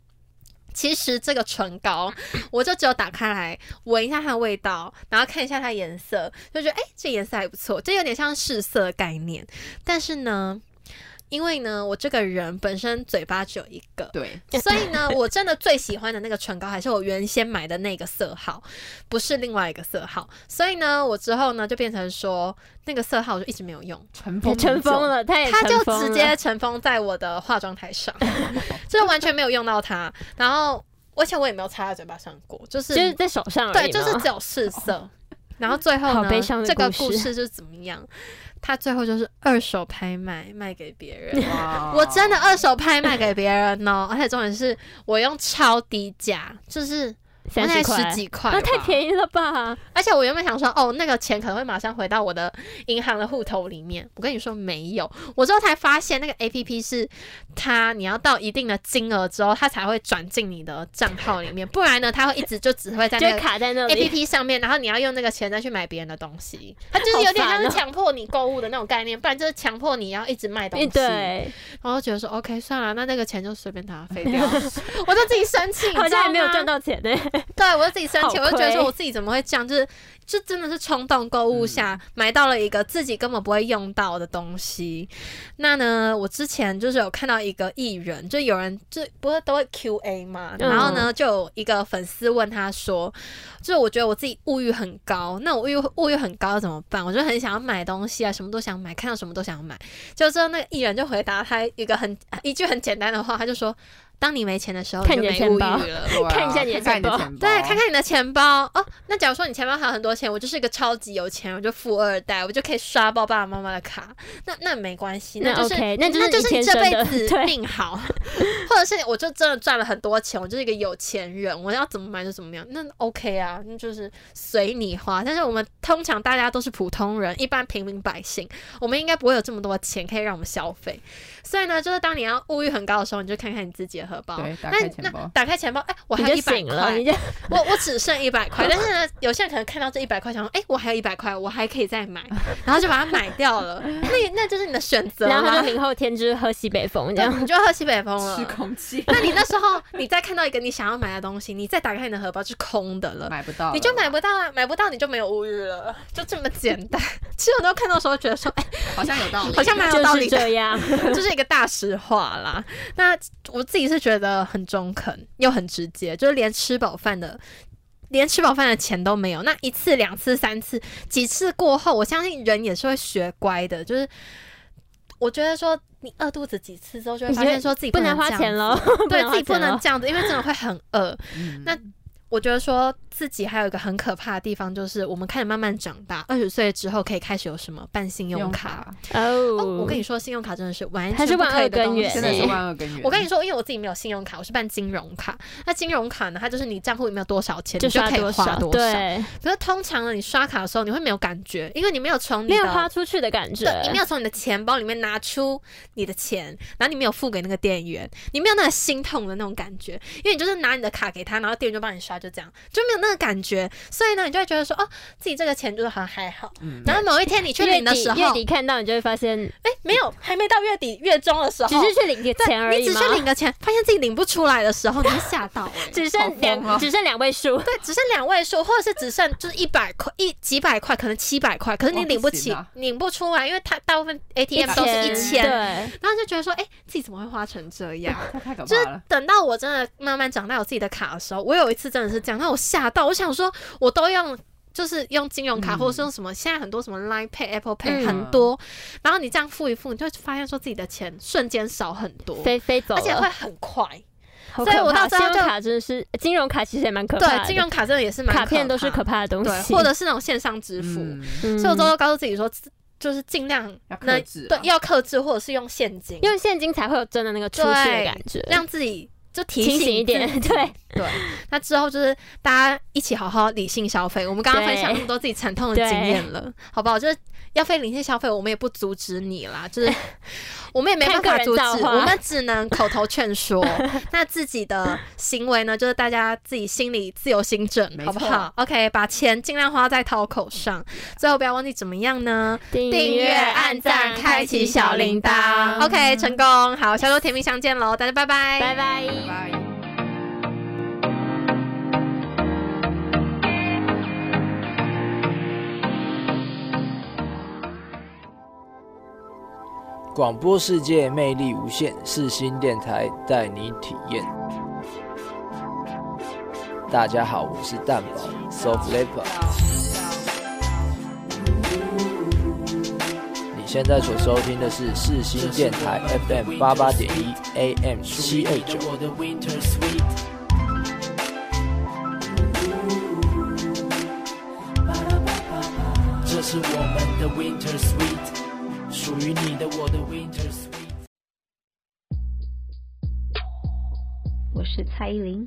A: 其实这个唇膏，我就只有打开来闻一下它的味道，然后看一下它的颜色，就觉得哎、这颜色还不错，这有点像试色的概念。但是呢，因为呢，我这个人本身嘴巴只有一个，
B: 对，
A: 所以呢，我真的最喜欢的那个唇膏还是我原先买的那个色号，不是另外一个色号。所以呢，我之后呢就变成说那个色号我就一直没有用，
B: 尘
C: 也
B: 封，
C: 尘封。了，他也
A: 它就
C: 尘封
A: 直
C: 了
A: 接尘封在我的化妆台 上，就是完全没有用到它。然后，而且我也没有擦在嘴巴上过，就是
C: 就是在手上而
A: 对，
C: 已
A: 就是
C: 嘛
A: 只有试色。然后最后呢，
C: 好悲伤的
A: 这个
C: 故
A: 故
C: 事
A: 事是怎么样？它最后就是二手拍卖，卖给别人。
B: 哇
A: 我真的二手拍卖给别人哦，而且重点是我用超低价，就是大
C: 三
A: 概
C: 十
A: 十
C: 块，
A: 几块，
C: 那太便宜了吧？
A: 而且我原本想说，哦，那个钱可能会马上回到我的银行的户头里面。我跟你说没有，我之后才发现那个 A P P 是它，你要到一定的金额之后，它才会转进你的账号里面，不然呢，它会一直就只会在
C: 就
A: 那
C: 会
A: 个。
C: 卡在那
A: A P
C: 里。
A: P 上面，然后你要用那个钱再去买别人的东西，它就是有点
C: 好
A: 像
C: 烦
A: 是
C: 哦
A: 强迫你购物的那种概念，不然就是强迫你要一直卖东西。
C: 嗯对，
A: 然后觉得说 OK 算了，那那个钱就随便 他飞
B: 废
A: 掉，
B: 掉，
A: 我就自己生气，你
C: 好
A: 知道
C: 像也没有
A: 吗
C: 赚，到钱呢。
A: 对我就自己生气，
C: 好
A: 我就觉得说
C: 亏
A: 我自己怎么会这样，就是就真的是冲动购物下、买到了一个自己根本不会用到的东西。那呢，我之前就是有看到一个艺人，就有人就不是都会 Q&A 嘛，
C: 嗯
A: 然后呢就有一个粉丝问他说，就是我觉得我自己物欲很高，那我物欲物欲很高怎么办？我就很想要买东西啊，什么都想买，看到什么都想买。就之后那个艺人就回答他一个很一句很简单的话，他就说：“当你没钱的时候，
C: 看
A: 你
C: 你
A: 就
C: 的
A: 没
C: 钱
A: 物欲
C: 包
A: 了。
B: 对啊
C: 看一下你
B: 看看你
C: 的钱包
B: 钱”包，
A: 对，看看你的钱包哦。那假如说你钱包还有很多钱，我就是一个超级有钱，我就富二代，我就可以刷爆爸爸妈妈的卡。那那没关系，
C: 那
A: 就是
C: OK，
A: 那
C: 那就是
A: 就是
C: 你
A: 你
C: 天
A: 这
C: 生
A: 辈
C: 的
A: 子
C: 对
A: 命好， 或者是我就真的赚了很多钱，我就是一个有钱人，我要怎么买就怎么样，那 OK 啊，那就是随你花。但是我们通常大家都是普通人，一般平民百姓，我们应该不会有这么多钱可以让我们消费。所以呢，就是当你要物欲很高的时候，你就看看你自己的荷包。
B: 对，打
A: 那
B: 开钱
A: 那
B: 包，
A: 打开钱包，哎、我
C: 你
A: 还有一
C: 就
A: 百
C: 醒了，
A: 块
C: 你，就
A: 我我只剩一百块。但是呢，有些人可能看到这一百块，想说，哎、我还有一百块，我还可以再买，然后就把它买掉了。那那就是你的选择
C: 然后他
A: 啦
C: 就明后天就是喝西北风这
A: 对
C: 样。
A: 你就喝西北风
B: 吃
A: 了。
B: 空气
A: 那你那时候，你再看到一个你想要买的东西，你再打开你的荷包是空的了，
B: 买不到，
A: 你就买，不到啊，买不到你就没有物欲了，就这么简单。 其实我都看到的时候觉得说，哎、
B: 好像有道理，
A: 好像蛮有道
C: 就是
A: 理的，
C: 这样，
A: 这是一个大实话啦。那我自己是觉得很中肯又很直接，就是连吃饱饭的。连吃饱饭的钱都没有，那一次、两次、三次、几次过后，我相信人也是会学乖的。就是我觉得说，你饿肚子几次之后，就会发现说自己
C: 不
A: 能
C: 能花
A: 这样
C: 钱
A: 子
C: 喽，
A: 对
C: 花
A: 自己不
C: 钱
A: 能
C: 咯
A: 这样子，因为真的会很饿。
B: 嗯
A: 那我觉得说自己还有一个很可怕的地方，就是我们开始慢慢长大，二十岁之后可以开始有什么办信用卡。哦，
C: 哦。
A: 我跟你说，信用卡真的是完
C: 它
A: 全
C: 是
A: 不
C: 万
A: 可以
C: 恶
A: 的
C: 根
A: 东西
C: 源
B: 真的是万恶根源。
A: 我跟你说，因为我自己没有信用卡，我是办金融卡。那金融卡呢，它就是你账户里面有多少钱，
C: 就
A: 你就
C: 刷
A: 可以
C: 多
A: 花
C: 少，
A: 多少。
C: 对，
A: 可是通常呢，你刷卡的时候，你会没有感觉，因为你没有从你
C: 没有
A: 的
C: 花出去的感觉，
A: 对，你没有从你的钱包里面拿出你的钱，然后你没有付给那个店员，你没有那个心痛的那种感觉，因为你就是拿你的卡给他，然后店员就帮你刷，就这样，就没有那个感觉。所以呢，你就会觉得说，哦，自己这个钱就是好像还好。
B: 嗯，
A: 然后某一天你去
C: 月
A: 领的
C: 底
A: 时
C: 月
A: 候，
C: 底看到你就会发现，
A: 哎，没有，还没到月底月中的时候，
C: 只是去领个钱
A: 哦
C: 而
A: 你
C: 已
A: 只
C: 吗
A: 去？领个钱，发现自己领不出来的 时候，你会吓到、欸。
C: 只
B: 好
C: 剩
B: 疯
C: 两、
B: 哦
C: 只剩两位数，
A: 对，只剩两位数，或者是只剩就是一百块、一几百块，可能七百块，可是你
B: 哇
A: 领
B: 不
A: 不
B: 行
A: 起，
B: 啊
A: 领不出来，因为它大部分 ATM 都是一千，
C: 对，
A: 然后就觉得说，哎、自己怎么会花成这样？
B: 这太可
A: 就
B: 怕
A: 是
B: 了。嗯
A: 等到我真的慢慢长大有自己的卡的时候，我有一次真的是这样，让我吓到，我想说，我都用。就是用金融卡，
B: 嗯
A: 或者是用什么，现在很多什么 Line Pay、Apple Pay
C: 嗯
A: 很多，然后你这样付一付，你就会发现说自己的钱瞬间少很多，
C: 飞飞走了，
A: 而且会很快。
C: 好
A: 所以
C: 可
A: 我到
C: 怕
A: 最后
C: 信用
A: 就
C: 卡真的是金融卡，其实也蛮可怕的，
A: 对，金融卡真的也是蛮
C: 卡片都是
A: 可
C: 可
A: 怕
C: 怕的东
A: 对，
C: 西，
A: 或者是那种线上支付。
B: 嗯
C: 嗯
A: 所以我都告诉自己说，就是尽量
B: 要克
A: 那
B: 制啊
A: 对要克制，或者是用现金，
C: 用现金才会有真的那个出去的感觉，
A: 让自己就提
C: 清醒一点
A: 自己
C: 对
A: 对，那之后就是大家一起好好理性消费。我们刚刚
C: 对
A: 分享那么多自己惨痛的
C: 对
A: 经验了，好不好？就是要非理性消费，我们也不阻止你 啦，就是我们也没办法
C: 看个
A: 阻
C: 人
A: 止，
C: 造化
A: 我们只能口头劝 说。那自己的行为呢，就是大家自己心里自由心证，
B: 没
A: 好不
B: 错
A: 好？OK，把钱尽量花在刀口 上，最后不要忘记怎么样呢？
C: 订
A: 订阅、按赞、开启小铃铛。OK，成功。好，下周甜蜜相见喽，大家拜拜，
C: 拜拜。
B: 拜拜。
D: 广播世界魅力无限，世新电台带你体验。大家好，我是蛋宝 s o f l a p e r 你现在所收听的是世新电台 FM 八八点一 AM 七二九。
E: 我的 Winter Sweet。这是我们的 Winter Sweet，属于你的我的 Winter Sweet。
F: 我是蔡依林。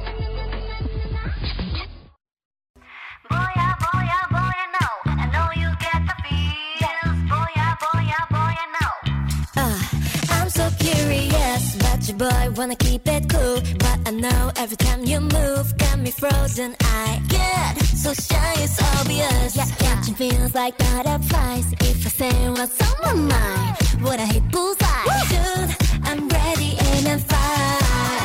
G: Booyah, booyah, booyah, no. oh, I know you get the feels. oh, Booyah, booyah, booyah, no.
H: Uh, I'm so curious, but your boy wanna keep it cool. But I know every time you move, got me frozen. I get so shy, it's obvious. Yeah, Catching feels like butterflies. If I say what's on my mind, would I hit bullseye? Dude, I'm ready, aim and fire.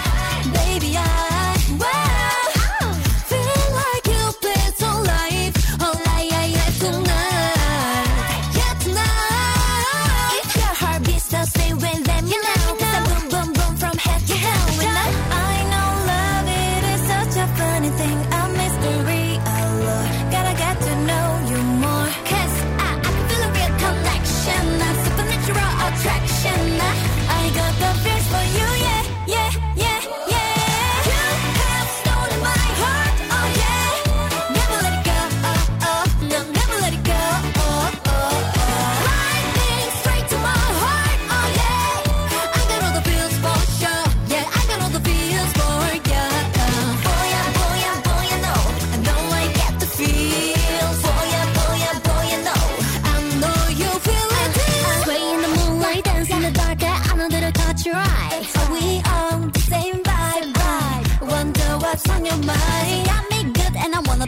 H: Baby, I wow, feel like you played all life, all I, I, I tonight. Yeah, tonight. If your heart beats so stay with them, you know. 'Cause I boom, boom, boom from head to toe. And I, I know love, it is such a funny thing, a mystery, a lure. Gotta get to know you more. 'Cause I, I can feel a real connection, a supernatural attraction. I, I got the feels for you, yeah, yeah, yeah, yeah.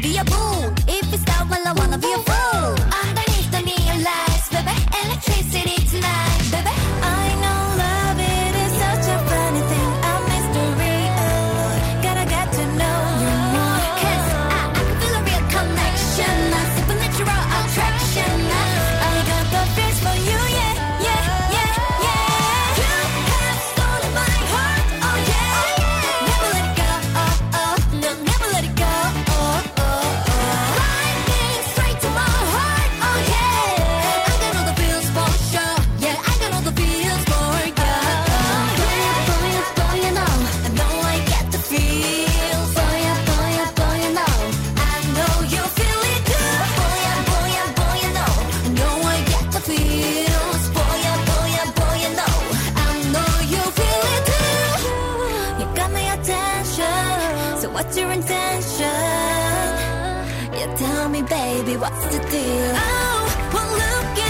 H: You oh, oh, oh, Oh, oh, oh, me, baby, what's the deal? Oh, one look oh,